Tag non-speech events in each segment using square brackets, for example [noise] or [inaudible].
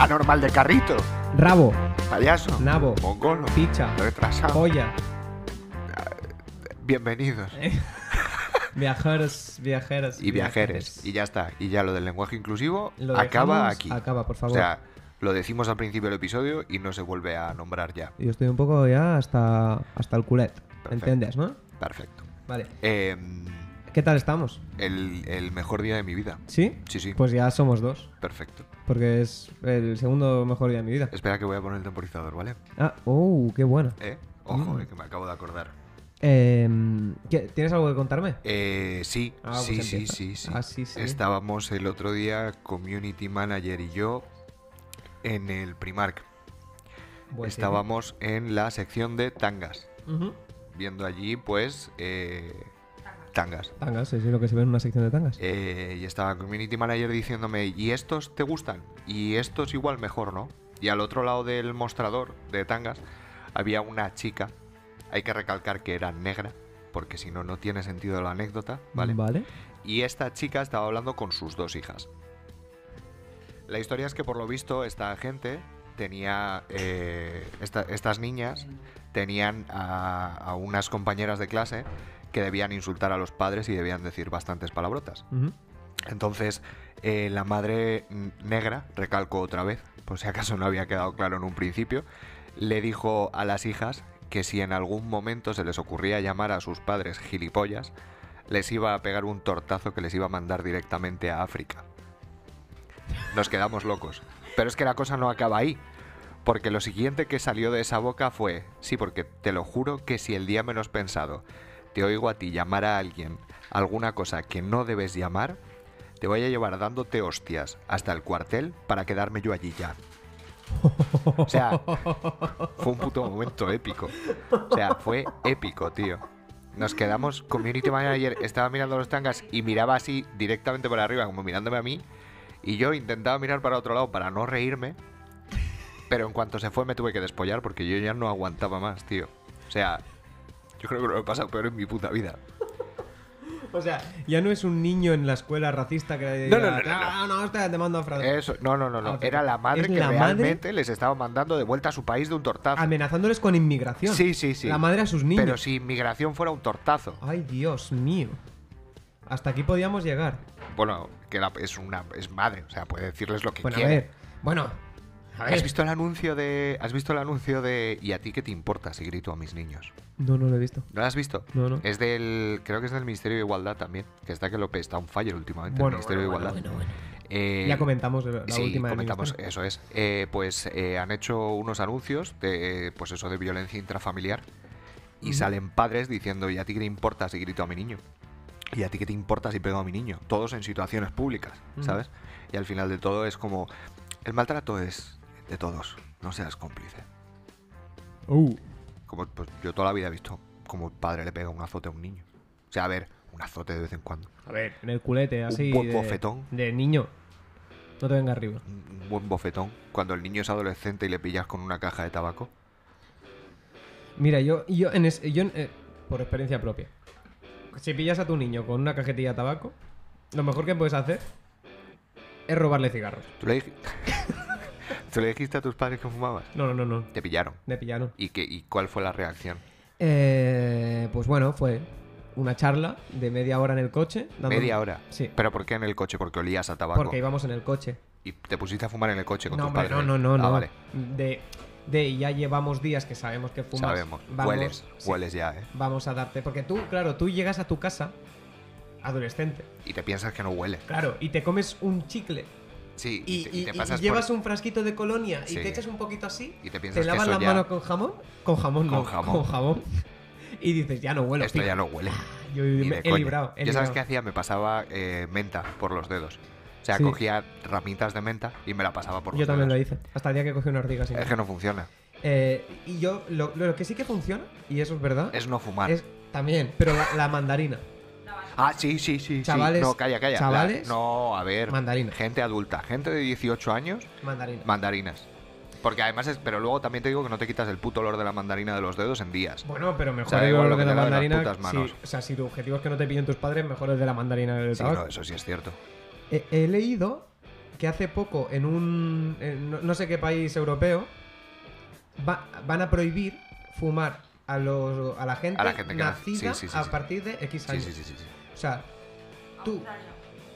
anormal de carrito. Rabo, Payaso. Nabo. Mongolo. picha, Retrasado. polla. Bienvenidos. Viajeros, viajeras. Y viajeres. Y ya está. Y ya lo del lenguaje inclusivo Lo acaba dejamos, aquí. Acaba, por o favor. sea, lo decimos al principio del episodio y no se vuelve a nombrar ya. Yo estoy un poco ya hasta, hasta el culet. Perfecto. ¿Entiendes, no? Perfecto. Vale. Eh, ¿Qué tal estamos? el, el mejor día de mi vida. ¿Sí? Sí, sí. Pues ya somos dos. Perfecto. Porque es el segundo mejor día de mi vida. Espera que voy a poner el temporizador, ¿vale? Ah, oh, qué bueno. ¿Eh? Mm. Ojo, eh, que me acabo de acordar. Em, ¿qué- ¿Tienes algo que contarme? Eh, sí, Ah, pues sí, sí, empieza. sí, sí. Ah, sí, sí. Estábamos el otro día, community manager y yo, en el Primark. Buen Estábamos en la sección de tangas, sitio. Pues Ujú. viendo allí, pues, eh, tangas. Tangas, sí, sí, lo que se ve en una sección de tangas. Eh, y estaba el community manager diciéndome, ¿y estos te gustan? Y estos igual mejor, ¿no? Y al otro lado del mostrador de tangas había una chica, hay que recalcar que era negra, porque si no, no tiene sentido la anécdota, ¿vale? Vale. Y esta chica estaba hablando con sus dos hijas. La historia es que por lo visto esta gente tenía, eh, esta- estas niñas tenían a, a unas compañeras de clase que debían insultar a los padres y debían decir bastantes palabrotas. Ujú. Entonces, eh, la madre mm, negra, recalco otra vez, por si acaso no había quedado claro en un principio, le dijo a las hijas que si en algún momento se les ocurría llamar a sus padres gilipollas, les iba a pegar un tortazo que les iba a mandar directamente a África. Nos quedamos locos. Pero es que la cosa no acaba ahí. Porque lo siguiente que salió de esa boca fue, sí, porque te lo juro que si el día menos pensado te oigo a ti llamar a alguien alguna cosa que no debes llamar, te voy a llevar dándote hostias hasta el cuartel para quedarme yo allí ya. O sea, fue un puto momento épico. O sea, fue épico, tío. Nos quedamos, community manager estaba mirando los tangas y miraba así directamente para arriba, como mirándome a mí. Y yo intentaba mirar para otro lado para no reírme. Pero en cuanto se fue me tuve que despollar porque yo ya no aguantaba más, tío. O sea, yo creo que lo he pasado peor en mi puta vida. O sea, ya no es un niño en la escuela racista que le No, diga, no, no, no, "Ah, no, hostia, te mando a Francia. Eso, no, no, no, no. Ah, Era la madre ¿es que la madre? realmente les estaba mandando de vuelta a su país de un tortazo. Amenazándoles con inmigración. Sí, sí, sí. La madre a sus niños. Pero si inmigración fuera un tortazo. Ay, Dios mío. Hasta aquí podíamos llegar. Bueno, que la- es una es madre, o sea, puede decirles lo que Bueno, quiera. a ver. Bueno, a ver. ¿Has visto el anuncio de has visto el anuncio de y a ti qué te importa si grito a mis niños? No, no lo he visto. ¿No lo has visto? No, no. Es del creo que es del Ministerio de Igualdad también, que está que López está un fallo últimamente Bueno, el Ministerio bueno, de bueno, Igualdad. bueno, Eh, ya comentamos la sí, última del comentamos, ministerio. eso es. Eh, pues eh, han hecho unos anuncios de, eh, pues eso, de violencia intrafamiliar y Ujú. salen padres diciendo, ¿y a ti qué te importa si grito a mi niño? ¿Y a ti qué te importa si pego a mi niño? Todos en situaciones públicas, Ujú. ¿sabes? Y al final de todo es como, el maltrato es de todos, no seas cómplice. eh. Uh, Como pues, yo toda la vida he visto como el padre le pega un azote a un niño. O sea, a ver, un azote de vez en cuando. a ver, en el culete, así. buen de- bofetón. De niño. No te venga arriba. Un un buen bofetón. Cuando el niño es adolescente y le pillas con una caja de tabaco. Mira, yo, yo, en es- yo en- eh, por experiencia propia. Si pillas a tu niño con una cajetilla de tabaco, lo mejor que puedes hacer es robarle cigarros. ¿Tú le, dij- [laughs] ¿Tú le dijiste a tus padres que fumabas? No, no, no, no. Te pillaron. Me pillaron. ¿Y, qué, ¿Y cuál fue la reacción? Eh, pues bueno, fue una charla de media hora en el coche. dando- Media hora. Sí. ¿Pero por qué en el coche? Porque olías a tabaco. Porque íbamos en el coche. ¿Y te pusiste a fumar en el coche con No, tus hombre, no, padres? no, no, Ah, no. vale. De, de ya llevamos días que sabemos que fumas. Sabemos. Vamos, hueles. sí, Hueles ya, ¿eh? Vamos a darte. Porque tú, claro, tú llegas a tu casa, adolescente, Y te piensas que no huele. claro, y te comes un chicle. Sí, y, Y, te, y y- te y pasas por- llevas un frasquito de colonia Sí. y te echas un poquito así. Y te te, piensas que lavas eso las ya... manos con jamón. Con jamón, Con no. jamón. Con jamón. [laughs] Y dices, ya no huelo. Esto tío. ya no huele. Yo Ni Ah, me- de he coña. librado. he Yo sabes qué librado. hacía, me pasaba eh, menta por los dedos. O sea, Sí. cogía ramitas de menta y me la pasaba por los Yo también lo dedos. hice. Hasta el día que cogí una ortiga así. Es que no funciona. Eh, y yo, lo, lo que sí que funciona, y eso es verdad, Es no fumar. es también, pero la, la mandarina. Ah, sí, sí, sí. sí. Chavales- No, calla, calla. La- chavales, no, a ver. mandarina. Gente adulta, gente de 18 años, Mandarina. mandarinas. Porque además es. Pero luego también te digo que no te quitas el puto olor de la mandarina de los dedos en días. bueno, pero mejor O sea, da el igual lo olor de que la te lave las mandarina. putas si- manos. o sea, si tu objetivo es que no te pillen tus padres, mejor el de la mandarina que el del Sí, tabaco. no, eso sí es cierto. He, he leído que hace poco en un. en no, no sé qué país europeo. va- van a prohibir fumar a, los, a la gente, A la gente que nace- nacida sí, sí, sí, a sí. partir de X Sí, años. sí, sí, sí, sí. O sea, tú. Australia.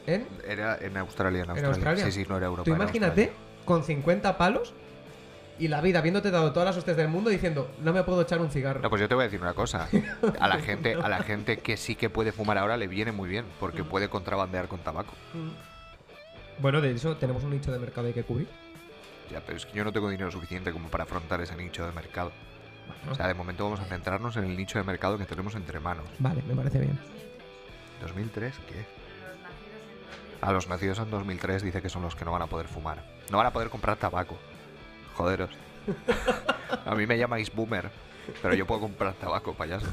¿eh? Era en Australia, en Australia. Australia? Sí, sí, no era Europa. Tú era imagínate Australia. con 50 palos y la vida habiéndote dado todas las hostias del mundo diciendo, no me puedo echar un cigarro. No, pues yo te voy a decir una cosa. A la gente, a la gente que sí que puede fumar ahora le viene muy bien, porque puede contrabandear con tabaco. Mm. Bueno, de eso tenemos un nicho de mercado hay que cubrir. Ya, pero es que yo no tengo dinero suficiente como para afrontar ese nicho de mercado. O sea, de momento vamos a centrarnos en el nicho de mercado que tenemos entre manos. Vale, me parece bien. 2003, ¿qué? Los nacidos en 2000. A los nacidos en 2003 dice que son los que no van a poder fumar. No van a poder comprar tabaco. [laughs] Joderos. A mí me llamáis boomer, pero yo puedo comprar tabaco, payaso.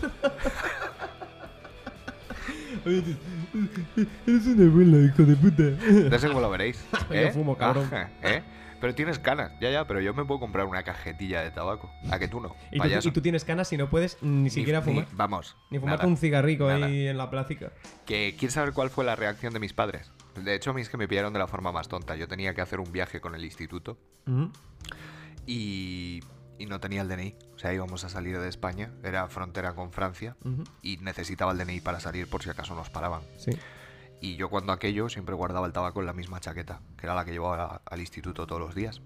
Eres una abuela, hijo de puta. De ese lo veréis. [laughs] Yo ¿eh? fumo, cabrón. ¿Eh? Pero tienes canas, ya, ya, pero yo me puedo comprar una cajetilla de tabaco. A que tú no, ¿Y tú, payaso. y tú tienes canas y no puedes ni siquiera Ni- fumar. ni- vamos. Ni, fumarte nada. un cigarrico nada. ahí en la plática. Que quieres saber cuál fue la reacción de mis padres. De hecho, a mí es que me pillaron de la forma más tonta. Yo tenía que hacer un viaje con el instituto y, y no tenía el DNI. O sea, íbamos a salir de España, era frontera con Francia Ujú. y necesitaba el DNI para salir por si acaso nos paraban. Sí. Y yo cuando aquello siempre guardaba el tabaco en la misma chaqueta, que era la que llevaba al instituto todos los días.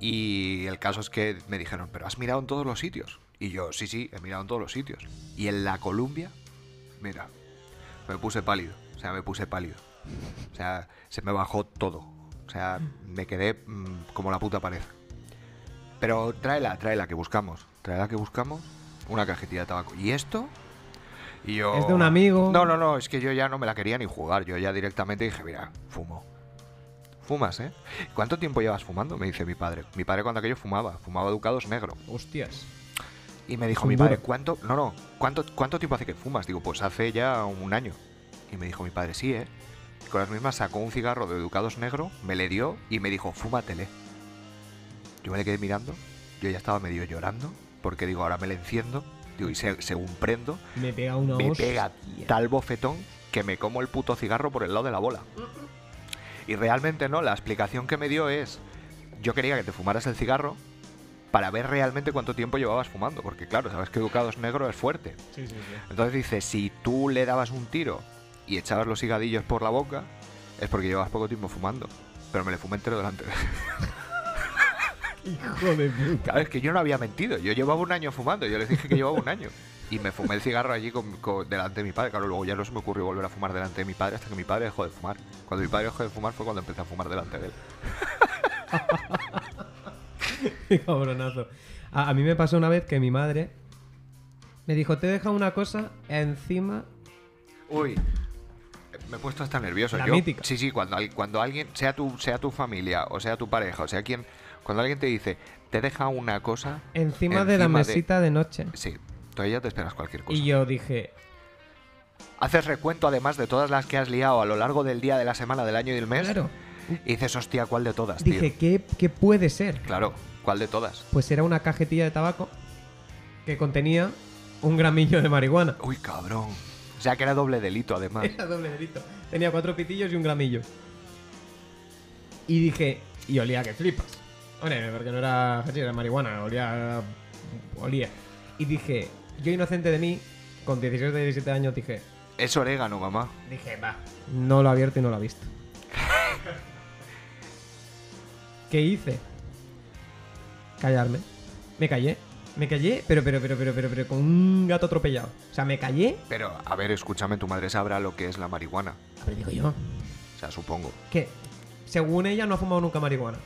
Y el caso es que me dijeron, pero has mirado en todos los sitios. Y yo, sí, sí, he mirado en todos los sitios. Y en la Columbia, mira, me puse pálido. O sea, me puse pálido. O sea, se me bajó todo. O sea, me quedé mm, como la puta pared. Pero tráela, tráela que buscamos. Tráela que buscamos. Una cajetilla de tabaco. ¿Y esto? Y yo, Es de un amigo. No, no, no, es que yo ya no me la quería ni jugar. Yo ya directamente dije, mira, fumo. Fumas, ¿eh? ¿Cuánto tiempo llevas fumando? Me dice mi padre. Mi padre cuando aquello fumaba, fumaba ducados negro. Hostias. Y me dijo Un mi padre, duro. ¿cuánto? No, no, ¿cuánto, ¿cuánto tiempo hace que fumas? Digo, pues hace ya un año. Y me dijo mi padre, sí, ¿eh? Y con las mismas sacó un cigarro de Ducados Negro, me le dio y me dijo, fúmatele. Yo me le quedé mirando, yo ya estaba medio llorando, porque digo, ahora me le enciendo, digo, y se- según prendo, Me pega una me hostia. pega tal bofetón que me como el puto cigarro por el lado de la bola. Y realmente no, la explicación que me dio es, yo quería que te fumaras el cigarro para ver realmente cuánto tiempo llevabas fumando, porque claro, sabes que Ducados Negro es fuerte. Sí, sí, sí. Entonces dice, si tú le dabas un tiro y echabas los higadillos por la boca, es porque llevabas poco tiempo fumando. Pero me le fumé entero delante. Hijo de puta. [laughs] Claro, es que yo no había mentido. Yo llevaba un año fumando. Yo les dije que llevaba un año. Y me fumé el cigarro allí con- con- delante de mi padre. Claro, luego ya no se me ocurrió volver a fumar delante de mi padre hasta que mi padre dejó de fumar. Cuando mi padre dejó de fumar fue cuando empecé a fumar delante de él. Qué cabronazo. A, a mí me pasó una vez que mi madre me dijo, te he dejado una cosa encima. Uy. Me he puesto hasta nervioso. La Yo- mítica. Sí, sí, cuando, al- cuando alguien, sea tu, sea tu familia, o sea tu pareja, o sea quien, cuando alguien te dice, te deja una cosa, Encima, de la Encima de- mesita de, noche. sí, todavía te esperas cualquier cosa. Y yo dije, Haces recuento además de todas las que has liado a lo largo del día, de la semana, del año y del mes. claro. Y dices, hostia, ¿cuál de todas, tío? Dije, ¿qué, ¿qué puede ser? Claro, ¿cuál de todas? Pues era una cajetilla de tabaco que contenía un gramillo de marihuana. Uy, cabrón. O sea, que era doble delito, [laughs] además. Era doble delito. Tenía cuatro pitillos y un gramillo. Y dije, y olía que flipas. Hombre, porque no era hachís, era marihuana, olía. olía. Y dije, yo inocente de mí, con 16 o 17 años, dije, Es orégano, mamá. dije, va, no lo he abierto y no lo he visto. [laughs] ¿Qué hice? Callarme. Me callé. Me callé, pero, pero, pero, pero, pero, pero, con un gato atropellado. O sea, me callé. Pero, a ver, escúchame, tu madre sabrá lo que es la marihuana. A ver, digo yo, O sea, supongo. que según ella no ha fumado nunca marihuana.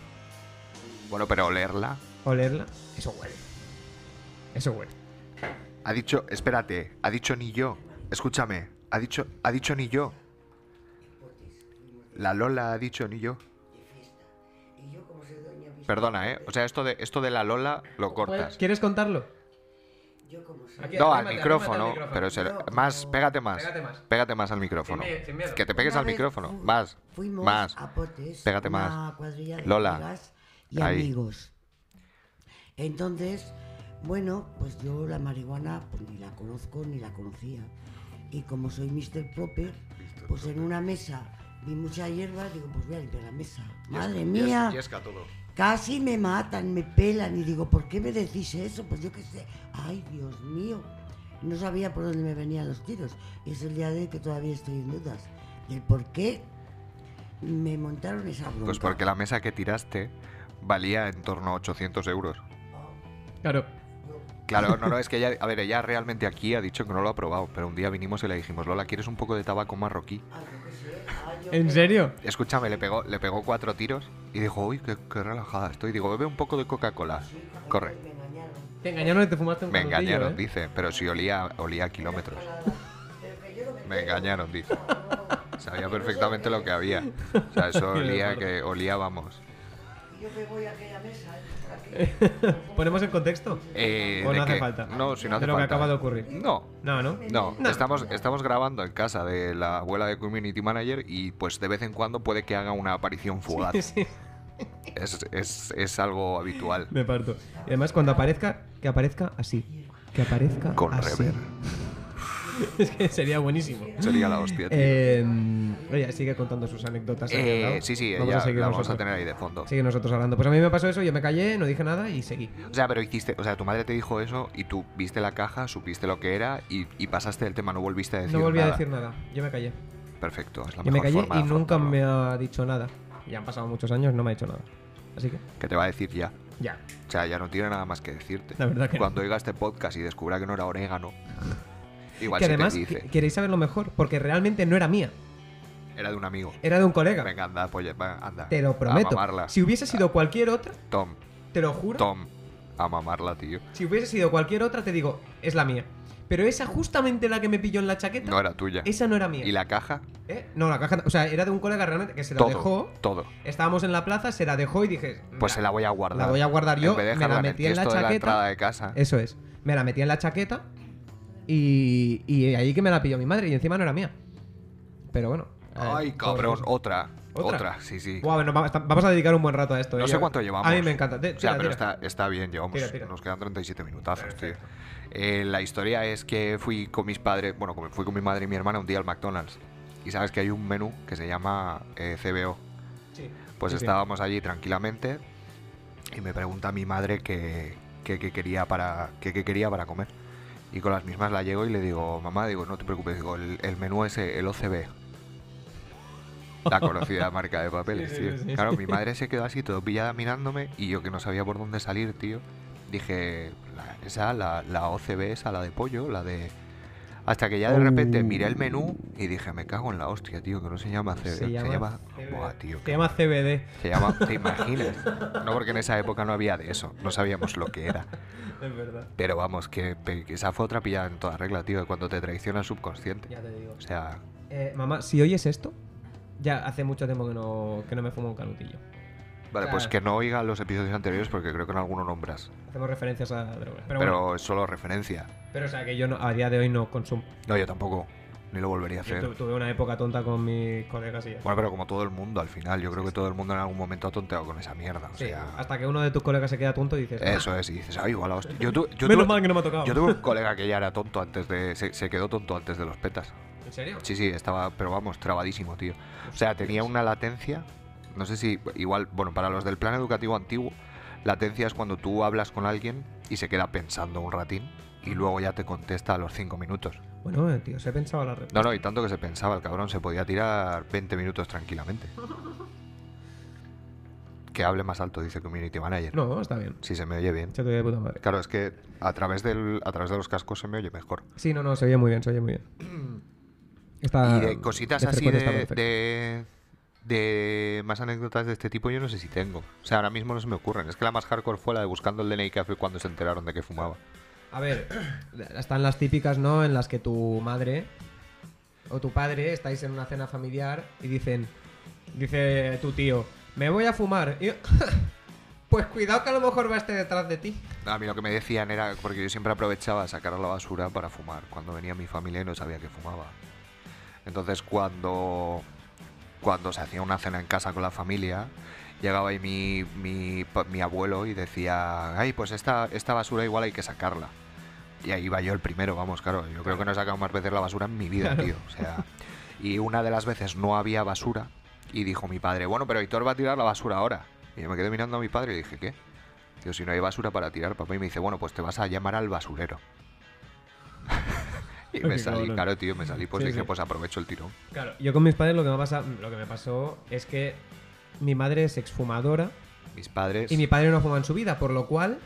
Bueno, pero olerla. Olerla, eso huele. Eso huele. Ha dicho, espérate, ha dicho ni yo. Escúchame, ha dicho, ha dicho ni yo. La Lola ha dicho ni yo. Perdona, ¿eh? O sea, esto de, esto de la Lola lo cortas. ¿Quieres contarlo? Yo como soy. Aquí- No, al arrímate, micrófono, arrímate al pero se- No. más, pégate más. Pégate más. Pégate más al micrófono. mie- sin miedo. Que te pegues Una al vez micrófono. fu- Más, Fuimos más. a Potes. Pégate una más. cuadrilla de Lola, amigas y ahí. amigos. Entonces, bueno, pues yo la marihuana pues ni la conozco ni la conocía. Y como soy Mr. Proper, pues en una mesa vi mucha hierba, digo, pues voy a limpiar la mesa. Madre Yes- mía, yes- yesca todo. casi me matan, me pelan y digo, ¿por qué me decís eso? Pues yo qué sé. Ay, Dios mío, no sabía por dónde me venían los tiros. Y es el día de hoy que todavía estoy en dudas del por qué me montaron esa bronca. Pues porque la mesa que tiraste valía en torno a 800 euros. Oh, Claro. Claro, no, no, es que ella, a ver, ella realmente aquí ha dicho que no lo ha probado, pero un día vinimos y le dijimos, Lola, ¿quieres un poco de tabaco marroquí? Ay, yo qué sé, ay, yo ¿En qué- serio? Escúchame, le pegó, le pegó cuatro tiros y dijo, uy, qué, qué relajada estoy. Digo, bebe un poco de Coca-Cola. Corre. Me engañaron. Te engañaron y te fumaste un Me canutillo, engañaron, ¿eh? dice, pero si olía, olía a kilómetros. Me engañaron, dice. Sabía perfectamente lo que había. O sea, [laughs] eso Qué olía barba. que olía, vamos. Yo me voy a aquella mesa. ¿eh? Por aquí. ¿Ponemos en contexto? Eh, ¿O ¿de Pues no hace qué? falta? No, si no hace De lo que falta. acaba de ocurrir. No, No, ¿no? no, estamos, estamos grabando en casa de la abuela de Community Manager y pues de vez en cuando puede que haga una aparición fugaz. [laughs] Sí, Es, es- es algo habitual. me parto. Y además, cuando aparezca, que aparezca así. Que aparezca Con así. rever. [laughs] Es que sería buenísimo. Sería la hostia, tío. Eh, ella sigue contando sus anécdotas. Eh, ¿no? sí, sí, Vamos ya a seguir la nosotros. vamos a tener ahí de fondo. Sigue nosotros hablando. Pues a mí me pasó eso, yo me callé, no dije nada y seguí. O sea, pero hiciste, o sea, tu madre te dijo eso y tú viste la caja, supiste lo que era y, y pasaste del tema, no volviste a decir No volví nada. a decir nada, yo me callé. Perfecto, es la Yo me mejor callé forma de y nunca afrontarlo. me ha dicho nada. Ya han pasado muchos años, no me ha dicho nada. Así que, Que te va a decir ya. ya. O sea, ya no tiene nada más que decirte. La verdad que no. Cuando oiga este podcast y descubra que no era [laughs] orégano, igual que se además, Pues te que- dice. queréis saber lo mejor, porque realmente no era mía, Era de un amigo. era de un colega. Venga, anda, apoya, va, anda. Te A lo prometo. mamarla. Si hubiese sido cualquier otra, Tom, te lo juro. Tom, a mamarla, tío. Si hubiese sido cualquier otra, te digo, es la mía. Pero esa, justamente la que me pilló en la chaqueta, No era tuya. esa no era mía. ¿Y la caja? ¿Eh? No, la caja. O sea, era de un colega realmente que se la todo, dejó. todo. Estábamos en la plaza, se la dejó y dije. Pues se la voy a guardar. voy a guardar yo, En vez de me la dejarla en metí el en la tiesto de la chaqueta. entrada de casa. Eso es. Me la metí en la chaqueta y, y ahí que me la pilló mi madre y encima no era mía. Pero bueno. eh, Ay, cabrón, pobre. otra. ¿Otra? Otra, sí, sí. Guau, bueno, va- está- vamos a dedicar un buen rato a esto. No eh. sé cuánto llevamos. A mí me encanta. Te- o tira, sea, pero tira. está, está bien, llevamos. Tira, tira. Nos quedan 37 minutazos, tío. Eh, la historia es que fui con mis padres, bueno, con- fui con mi madre y mi hermana un día al McDonald's. Y sabes que hay un menú que se llama eh, CBO. Sí. Pues Sí, sí. estábamos allí tranquilamente y me pregunta mi madre qué qué- qué quería, para- qué- qué quería para comer. Y con las mismas la llego y le digo, mamá, digo, no te preocupes, digo, el, el menú es el OCB. La [laughs] conocida marca de papeles, Sí, sí, tío. sí, sí. Claro, mi madre se quedó así, todo pillada mirándome y yo que no sabía por dónde salir, tío. Dije, "La- esa, la, la OCB, esa, la de pollo, la de... Hasta que ya de repente miré el menú y dije, me cago en la hostia, tío, que no se llama CBO, se llama... Buah, tío, se qué llama CBD. se llama, ¿te imaginas? No, porque en esa época no había de eso, no sabíamos lo que era. [laughs] Es verdad. Pero vamos, que, pe- que esa fue otra pillada en toda regla, tío, de cuando te traiciona el subconsciente. Ya te digo. O sea, Eh, mamá, si oyes esto, ya hace mucho tiempo que no, que no me fumo un canutillo. vale, pues Claro. que no oigan los episodios anteriores porque creo que en alguno nombras. Hacemos referencias a drogas. Pero, Pero, bueno, es solo referencia. pero o sea, que yo no- a día de hoy no consumo. No, yo tampoco, ni lo volvería a Yo hacer. tu- tuve una época tonta con mis colegas y ya. Bueno, pero como todo el mundo al final, yo creo que todo el mundo en algún momento ha tonteado con esa mierda. O Sí, sea, hasta que uno de tus colegas se queda tonto y dices. "Ah, eso es, y dices, ay, igual a hostia. Yo, tu- yo Menos tuve- mal que no me ha tocado. yo tuve un colega que ya era tonto antes de. Se, se quedó tonto antes de los petas. ¿En serio? Sí, sí, estaba, pero vamos, trabadísimo, tío. O sea, tenía una latencia, no sé si, igual, bueno, para los del plan educativo antiguo, latencia es cuando tú hablas con alguien y se queda pensando un ratín y luego ya te contesta a los cinco minutos. Bueno, eh, tío, se he pensado la respuesta. No, no, y tanto que se pensaba, el cabrón se podía tirar 20 minutos tranquilamente. Que hable más alto, dice el community manager. No, está bien. Si se me oye bien. Se te oye de puta madre. Claro, es que a través, del, a través de los cascos se me oye mejor. Sí, no, no, se oye muy bien, se oye muy bien. [clears throat] Está, Y de cositas de así frecuente de, está perfecto. de, de más anécdotas de este tipo, yo no sé si tengo. O sea, ahora mismo no se me ocurren. Es que la más hardcore fue la de buscando el DNI que fue cuando se enteraron de que fumaba. A ver, están las típicas, ¿no? En las que tu madre o tu padre estáis en una cena familiar y dicen, dice tu tío, me voy a fumar. Y yo, [laughs] pues cuidado que a lo mejor va este detrás de ti. A mí lo que me decían era, porque yo siempre aprovechaba sacar a la basura para fumar. Cuando venía mi familia y no sabía que fumaba. Entonces cuando, cuando se hacía una cena en casa con la familia, llegaba ahí mi, mi, pa- mi abuelo y decía, ay, pues esta, esta basura igual hay que sacarla. Y ahí iba yo el primero, vamos, claro. Yo creo que no he sacado más veces la basura en mi vida, tío. O sea, Y una de las veces no había basura y dijo mi padre, bueno, pero Héctor va a tirar la basura ahora. Y yo me quedé mirando a mi padre y dije, ¿qué? Digo, si no hay basura para tirar, papá. Y me dice, bueno, pues te vas a llamar al basurero. [laughs] y me Qué salí, cabrón. claro, tío, me salí. Pues Sí, dije, sí. pues aprovecho el tirón. Claro, yo con mis padres lo que me pasa, lo que me pasó es que mi madre es exfumadora Mis padres... eh, y mi padre no fuma en su vida, por lo cual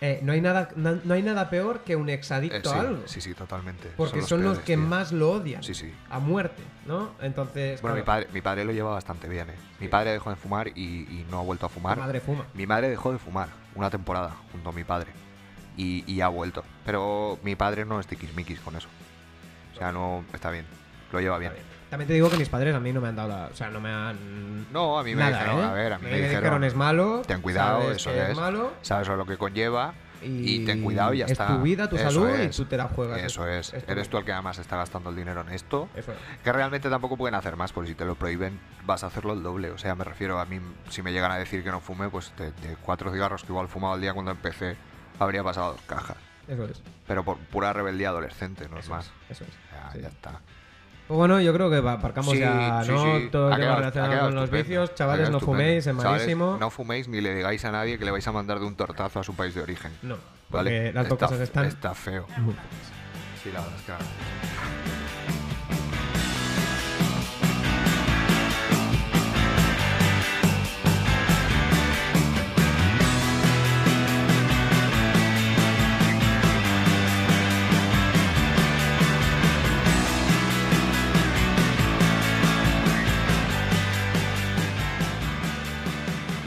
eh, no hay nada, no, no hay nada peor que un Eh, exadicto sí, a algo. sí, sí, totalmente. porque son, los peores, que tío. más lo odian. Sí, sí. A muerte, ¿no? Entonces. Bueno, mi claro, padre, mi padre lo lleva bastante bien, ¿eh? Mi Sí. padre dejó de fumar y, y no ha vuelto a fumar. Mi madre fuma. Mi madre dejó de fumar una temporada junto a mi padre y, y ha vuelto. Pero mi padre no es tiquismiquis con eso. O sea, no está bien. Lo lleva bien. También te digo que mis padres a mí no me han dado la. O sea, no me han. No, a mí me nada, dijeron, ¿eh? a ver, a mí me, es malo. ten cuidado, sabes eso que es. Es malo. Sabes lo que conlleva y, ten cuidado y ya es está. tu vida, tu Eso salud es. y tú te la juegas. Eso es. tu Eres tú vida. el que además está gastando el dinero en esto. Eso es. Que realmente tampoco pueden hacer más, porque si te lo prohíben vas a hacerlo el doble. O sea, me refiero a mí, si me llegan a decir que no fume, pues de, de cuatro cigarros que igual fumaba al día cuando empecé, habría pasado dos cajas. Eso es. Pero por pura rebeldía adolescente, no es Eso más. es, Eso es. Ya, Sí. ya está. Pues bueno, yo creo que va- aparcamos Sí, ya, sí, ¿no? sí. Todo Ha lo que va quedado- ha relacionado quedado con los estupendo. vicios. Ha Chavales, quedado no estupendo. fuméis, es Chavales, malísimo. No fuméis ni le digáis a nadie que le vais a mandar de un tortazo a su país de origen. No, ¿Vale? porque las dos Está- cosas están Está feo. muy feas. Sí, la verdad es que-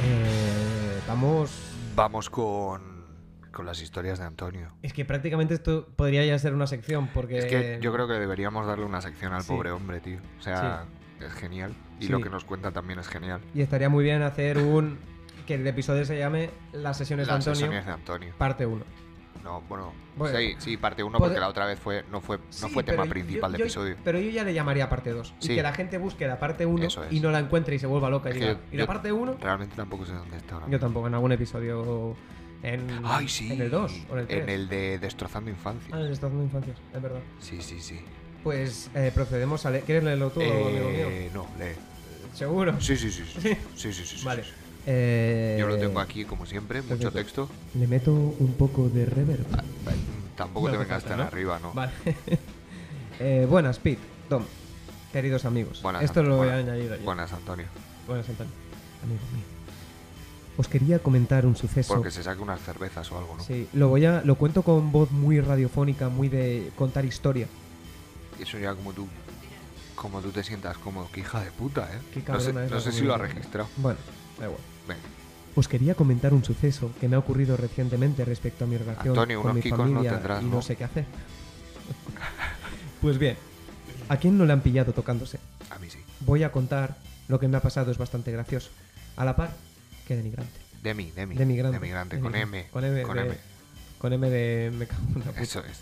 Eh, vamos. Vamos con, con las historias de Antonio. Es que prácticamente esto podría ya ser una sección, porque. Es que yo creo que deberíamos darle una sección al sí. pobre hombre, tío. O sea, es genial. Y Sí. lo que nos cuenta también es genial. Y estaría muy bien hacer un. que el episodio se llame Las sesiones Las de Antonio, sesiones de Antonio. parte 1. No, bueno, Bueno. sí, sí, parte uno Pod- porque la otra vez fue no fue, no fue tema principal del episodio. Pero yo ya le llamaría parte 2. Sí. Y que la gente busque la parte 1 Eso es. y no la encuentre y se vuelva loca. Es y que diga, yo- ¿Y la yo- parte 1? Realmente tampoco sé dónde está ahora. Yo mismo. tampoco, en algún episodio. En, Ah. Ay, sí. en el 2 o en el 3. En el de Destrozando Infancia. Ah, en el estado de infancia, es verdad. Sí, sí, sí. Pues eh, procedemos a leer. ¿Quieres leerlo tú, amigo mío? Eh, no, lee. Seguro. Sí, sí, sí. [laughs] Sí, sí, sí. sí, sí, Vale. sí, sí. Eh, Yo lo tengo aquí, como siempre, mucho texto. Mm, Le meto un poco de reverb. Tampoco No te hace vengas falta, tan ¿no? arriba, Ah, ¿no? Vale. [laughs] Eh, buenas, Pete, Tom, queridos amigos. Buenas, Esto lo voy a buenas. añadir yo. Buenas, Antonio. Buenas, Antonio. Amigo mío. Os quería comentar un suceso. Porque se saque unas cervezas o algo, ¿no? Sí, lo voy a, lo cuento con voz muy radiofónica, muy de contar historia. Eso ya como tú. Como tú te sientas cómodo. Qué hija de puta, ¿eh? Qué no sé, cabrona es no la sé si lo ha comunidad. registrado. Bueno, da igual. Venga. Os quería comentar un suceso que me ha ocurrido recientemente respecto a mi relación Antonio, con unos mi kikos no familia tendrás, y ¿no? no sé qué hacer. [laughs] pues bien, ¿a quién no le han pillado tocándose? A mí sí. Voy a contar lo que me ha pasado, es bastante gracioso. A la par, que denigrante. Demi, Demi. Denigrante. Demigrante, con Denigrante. M. Con M. Con de- M. con M de... Me cago en la puta. Eso es.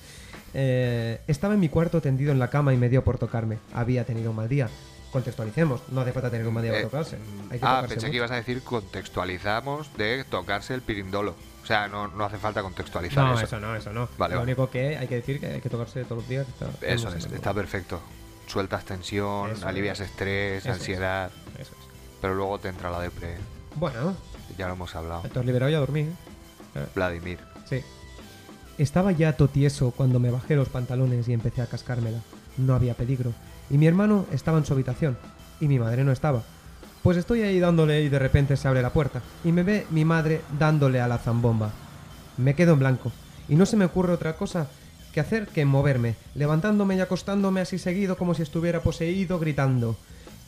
Eh, estaba en mi cuarto tendido en la cama y me dio por tocarme. Había tenido un mal día. Contextualicemos, no hace falta tener un mal día para Eh, tocarse. Hay que ah, tocarse pensé que mucho. ibas a decir contextualizamos de tocarse el pirindolo. O sea, no, no hace falta contextualizar No, eso. eso no, eso no. Vale, lo vale. único que hay que decir que hay que tocarse todos los días. que Está, todo el Eso mundo es, se está mejora. perfecto. Sueltas tensión, Eso alivias es. estrés, Eso es. ansiedad, Eso es. pero luego te entra la depre. Bueno, Ya lo hemos hablado. te has liberado y a dormir. ¿eh? Vladimir. Sí. Estaba ya totieso cuando me bajé los pantalones y empecé a cascármela. No había peligro. Y mi hermano estaba en su habitación. Y mi madre no estaba. Pues estoy ahí dándole y de repente se abre la puerta. Y me ve mi madre dándole a la zambomba. Me quedo en blanco. Y no se me ocurre otra cosa que hacer que moverme, levantándome y acostándome así seguido como si estuviera poseído, gritando.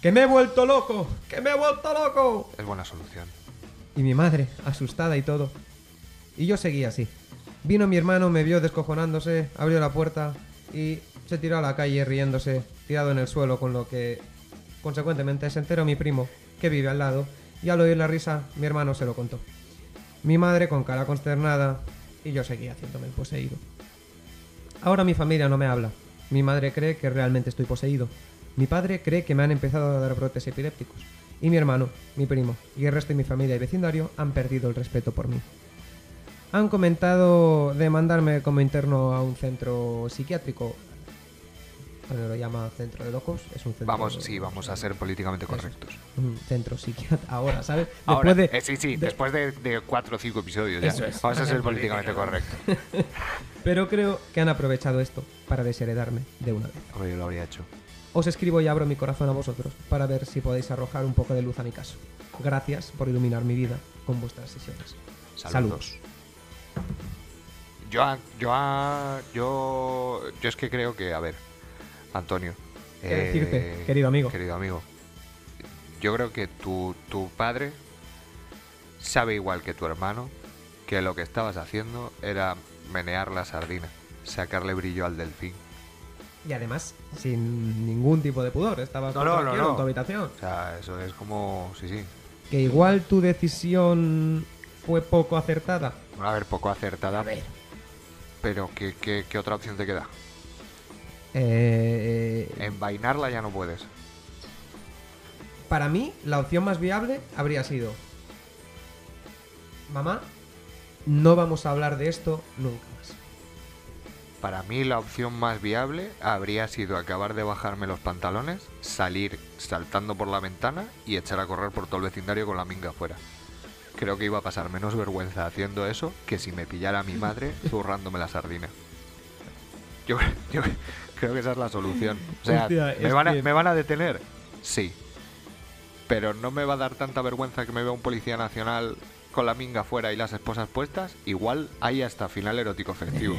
¡Que me he vuelto loco! ¡Que me he vuelto loco! Es buena solución. Y mi madre, asustada y todo. Y yo seguía así. Vino mi hermano, me vio descojonándose, abrió la puerta y se tiró a la calle riéndose, tirado en el suelo, con lo que consecuentemente se enteró mi primo, que vive al lado, y al oír la risa, mi hermano se lo contó. Mi madre con cara consternada y yo seguía haciéndome el poseído. Ahora mi familia no me habla. Mi madre cree que realmente estoy poseído. Mi padre cree que me han empezado a dar brotes epilépticos. Y mi hermano, mi primo y el resto de mi familia y vecindario han perdido el respeto por mí. Han comentado de mandarme como interno a un centro psiquiátrico. ahora lo llama centro de locos, es un centro. Vamos, sí, vamos a ser políticamente correctos. Un centro psiquiatra. Ahora, ¿sabes? Después Ahora, de- eh, sí, sí, de- después de, de cuatro o cinco episodios ya. Eso es. Vamos a [laughs] ser políticamente correctos. Pero creo que han aprovechado esto para desheredarme de una vez. Hombre, yo lo habría hecho. Os escribo y abro mi corazón a vosotros para ver si podéis arrojar un poco de luz a mi caso. Gracias por iluminar mi vida con vuestras sesiones. Saludos. Yo, a- yo, a- yo, yo es que creo que, a ver, Antonio. eh, ¿Qué decirte, querido amigo? Querido amigo. Yo creo que tu, tu padre sabe igual que tu hermano que lo que estabas haciendo era menear la sardina, sacarle brillo al delfín. Y además, sin ningún tipo de pudor, estabas No, no, tranquilo no, no. en tu habitación. O sea, eso es como, sí, sí. Que igual tu decisión fue poco acertada. Bueno, a ver, poco acertada. Pero, ¿qué, qué, qué otra opción te queda? Eh, Envainarla ya no puedes. Para mí, la opción más viable habría sido... Mamá, no vamos a hablar de esto nunca más. Para mí la opción más viable habría sido acabar de bajarme los pantalones, salir saltando por la ventana y echar a correr por todo el vecindario con la minga afuera. Creo que iba a pasar menos vergüenza haciendo eso que si me pillara mi [laughs] madre zurrándome la sardina. Yo, [laughs] yo creo que esa es la solución. O sea, Hostia, ¿me, es van a, que- ¿me van a detener? Sí. Pero no me va a dar tanta vergüenza que me vea un policía nacional con la minga afuera y las esposas puestas. Igual hay hasta final erótico [laughs] festivo.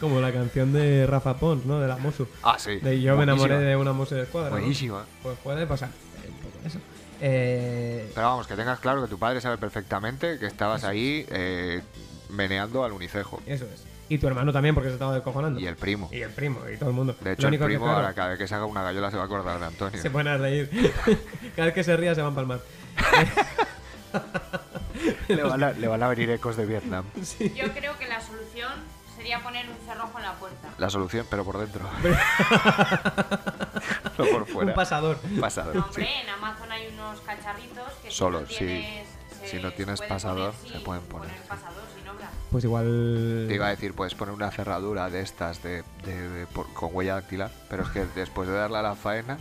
Como la canción de Rafa Pons, ¿no? De la Mosu. Ah, sí. De yo me Buenísima. enamoré de una Mosu de escuadra. ¿no? Buenísima. Pues puede pasar eh, un poco eso. Eh, Pero vamos, que tengas claro que tu padre sabe perfectamente que estabas ahí eh, meneando al unicejo. eso es. Y tu hermano también, porque se estaba descojonando. Y el primo. Y el primo, y todo el mundo. De Lo hecho, el único que, primo, claro, ahora cada vez que se haga una gallola se va a acordar de Antonio. se ponen a [laughs] reír. Cada vez que se ría se van a palmar. Le, van [laughs] a, le van a venir ecos de Vietnam. Yo creo que la solución sería poner un cerrojo en la puerta. La solución, pero por dentro. [laughs] no por fuera. Un pasador. Pasado, No, sí. hombre, en Amazon hay unos cacharritos que Solo, si no tienes, sí. se- Si no tienes se puede pasador, poner, se sí, pueden poner, sí. pasador sin obra. Pues igual. Te iba a decir, puedes poner una cerradura de estas de, de- de- por- con huella dactilar, pero es que después de darle a la faena,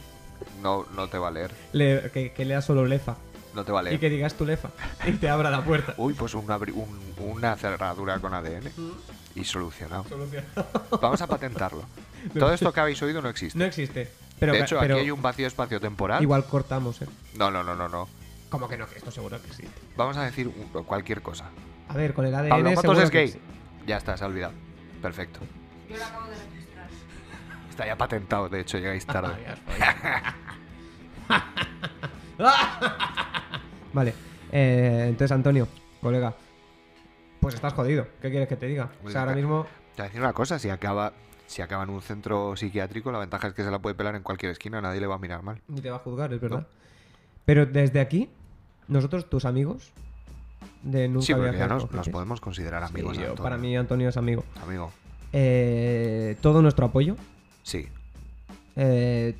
no, no te va a leer. le- que, que lea solo lefa. No te va a leer. Y que digas [laughs] tu lefa. Y te abra la puerta. Uy, pues una, abri- un- una cerradura con ADN. Mm. Y solucionado. Solucionado. Vamos a patentarlo. [laughs] Todo esto que habéis oído no existe. No existe. Pero, de hecho, pero aquí hay un vacío espaciotemporal. igual cortamos, ¿eh? No, no, no, no, no. Como que no, que esto seguro que existe. Vamos a decir un- cualquier cosa. A ver, con el ADN. Pablo Motos seguro es que gay. sí. Ya está, se ha olvidado. Perfecto. Yo lo acabo de registrar. Está ya patentado, de hecho, Ah, llegáis tarde. Adiós, pues. [laughs] vale. eh, entonces, Antonio, colega. Pues estás jodido. ¿Qué quieres que te diga? O sea, ahora mismo. Te voy a decir una cosa, si acaba, si acaba en un centro psiquiátrico, la ventaja es que se la puede pelar en cualquier esquina, nadie le va a mirar mal. Ni te va a juzgar, es verdad. Pero desde aquí, nosotros, tus amigos, de nunca sí, porque Viajar ya con nos, nos Jefes, podemos considerar sí, amigos. yo- Antonio. para mí, Antonio es amigo. Amigo, Eh, todo nuestro apoyo. sí. eh,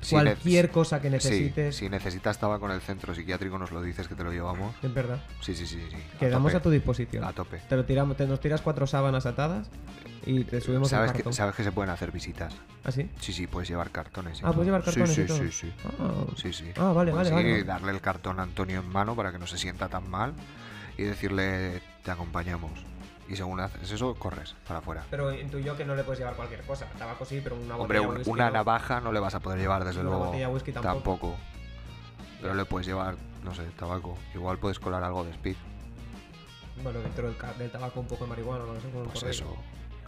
Si ne- cualquier si- cosa que necesites. Sí, si necesitas tabaco en el centro psiquiátrico, nos lo dices que te lo llevamos. Es verdad. Sí, sí, sí. sí, sí. Quedamos a, tu tope. disposición. A tope. Te lo tiramos, te nos tiras cuatro sábanas atadas y te subimos al ¿Sabes que, cartón. ¿Ah, sabes que se pueden hacer visitas. ¿Así? Sí, sí, puedes llevar cartones. y Ah, puedes todo. llevar cartones Sí, y todo. sí, sí, sí. Ah, Sí, sí. Ah, vale, Puedes vale, vale, ir y vale. darle el cartón a Antonio en mano para que no se sienta tan mal y decirle, te acompañamos. Y según haces eso, corres para afuera. Pero intuyo que no le puedes llevar cualquier cosa. Tabaco sí, pero una Hombre, botella un- whisky una no. navaja no le vas a poder llevar, desde Una luego. botella de whisky tampoco. Pero le puedes llevar, no sé, tabaco. Igual puedes colar algo de speed. Bueno, dentro del, ca- del tabaco un poco de marihuana, no sé cómo Pues por ahí. eso.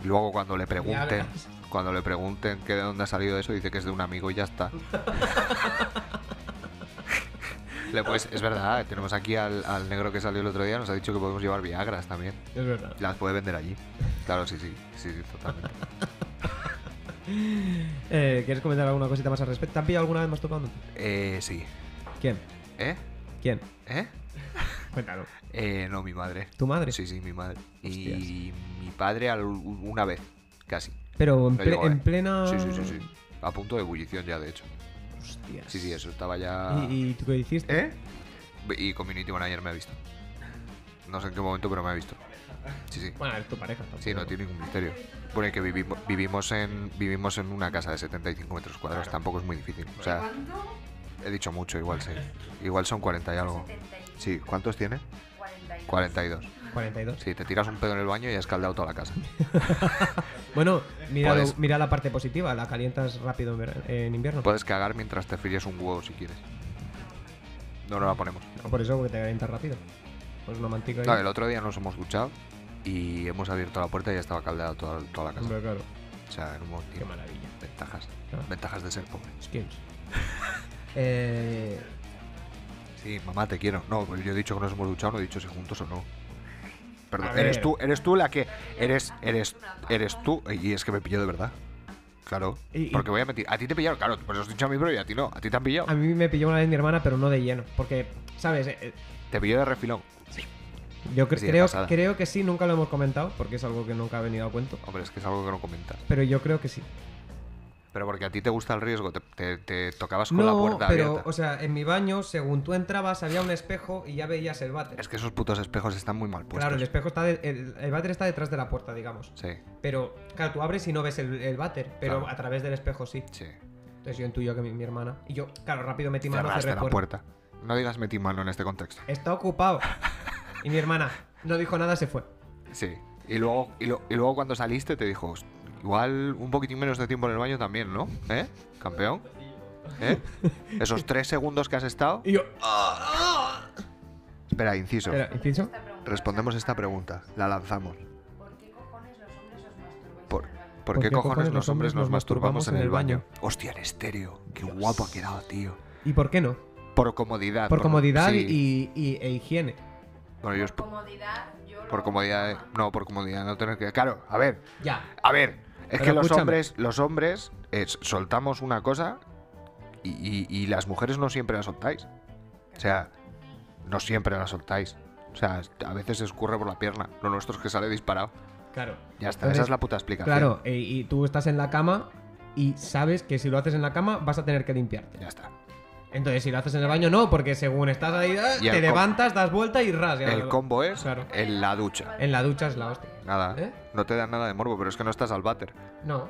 Luego cuando le pregunten, verás. cuando le pregunten que de dónde ha salido eso, dice que es de un amigo y ya [laughs] está. Le puedes- es verdad, tenemos aquí al, al negro que salió el otro día, nos ha dicho que podemos llevar Viagras también. Es verdad. Las puede vender allí. Claro, sí, sí, sí, sí, [laughs] totalmente. Eh, ¿Quieres comentar alguna cosita más al respecto? ¿Te han pillado alguna vez más tocando? Eh, sí. ¿Quién? ¿Eh? ¿Quién? ¿Eh? Cuéntalo. Eh, no, mi madre. ¿Tu madre? Sí, sí, mi madre. Y mi padre al- una vez, casi. Pero en, No ple- llegó, en eh. plena. Sí, sí, sí, sí. A punto de ebullición ya, de hecho. Hostias. Sí, sí, eso estaba ya... ¿Y, y tú qué hiciste? ¿Eh? Y Community Manager me ha visto. No sé en qué momento, pero me ha visto. Sí, sí. Bueno, es tu pareja. tampoco. Sí, no tiene ningún misterio. Bueno, y que vivimo- vivimos, en, vivimos en una casa de 75 metros cuadrados, tampoco es muy difícil. O sea, ¿Cuánto? he dicho mucho, igual sí. Igual son 40 y algo. 70 y Sí, ¿cuántos tiene? 42. 42. 42. Sí, te tiras un pedo en el baño y has caldado toda la casa. Bueno, mira, lo- Puedes. mira la parte positiva, la calientas rápido en, ver- en invierno. Puedes cagar mientras te fríes un huevo si quieres. No nos la ponemos. No, por eso, porque te calientas rápido. Pues una mantica ahí. No, el otro día nos hemos duchado y hemos abierto la puerta y ya estaba caldeada toda, toda la casa. Hombre, claro. O sea, en un montón. Qué maravilla. Ventajas. Claro. Ventajas de ser pobre. Skins. [laughs] Eh, Sí, mamá, te quiero. No, pues yo he dicho que nos hemos duchado, no he dicho si juntos o no. A Perdón, ver. eres tú, eres tú la que. Eres, eres, eres tú. Y es que me pilló de verdad. Claro. Y- y- Porque voy a mentir. A ti te pillaron, claro, pues os he dicho a mí, pero y a ti no. A ti te han pillado. a mí me pilló una vez mi hermana, pero no de lleno. Porque, ¿sabes? Eh, eh, Te pilló de refilón. yo cre- Sí, de creo, pasada. creo que sí, nunca lo hemos comentado, porque es algo que nunca ha venido a cuento. Hombre, es que es algo que no comentas. Pero yo creo que sí. Pero porque a ti te gusta el riesgo, te, te- te tocabas con la no, puerta pero, abierta. o sea, en mi baño, según tú entrabas, había un espejo y ya veías el váter. Es que esos putos espejos están muy mal puestos. claro, el espejo está. de- el, el váter está detrás de la puerta, digamos. Sí, Pero, claro, tú abres y no ves el, el váter, pero Claro. a través del espejo sí. sí. Entonces yo intuyo que mi, mi hermana. Y yo, claro, rápido metí mano, Cerraste cerré la puerta. No digas metí mano en este contexto. Está ocupado. y mi hermana no dijo nada, se fue. Sí. Y luego, y, lo- y luego cuando saliste te dijo, "Host- igual un poquitín menos de tiempo en el baño también, ¿no? ¿Eh? ¿Campeón? ¿Eh? Esos tres segundos que has estado. Y yo. Ah. "Ah, Espera, inciso. Espera, inciso. Esta pregunta, Respondemos esta pregunta. La lanzamos. ¿Por qué cojones los hombres os masturbáis? ¿Por, en el baño? por qué cojones los hombres nos masturbamos en el baño? Hostia, en estéreo. Qué guapo ha quedado, tío. ¿Y por qué no? Ah, Por comodidad. Por comodidad sí. y, y- e higiene. Bueno, yo es Por por, comodidad, yo lo por comodidad. eh, No, por comodidad. No tener que. Claro, a ver. Ya. A ver, es Pero que los escúchame. hombres, los hombres eh, soltamos una cosa y, y- y las mujeres no siempre la soltáis. O sea, no siempre la soltáis. O sea, a veces se escurre por la pierna. Lo nuestro es que sale disparado. Claro. Ya está, Entonces, esa es la puta explicación. Claro, e- y tú estás en la cama y sabes que si lo haces en la cama vas a tener que limpiarte. Ya está. Entonces, si lo haces en el baño, no, porque según estás ahí, ah, Y el com- te levantas, das vuelta y ras. ya El lo- combo es Claro. en la ducha. En la ducha es la hostia. Nada, ¿Eh? no te da nada de morbo, pero es que no estás al váter. [laughs] No.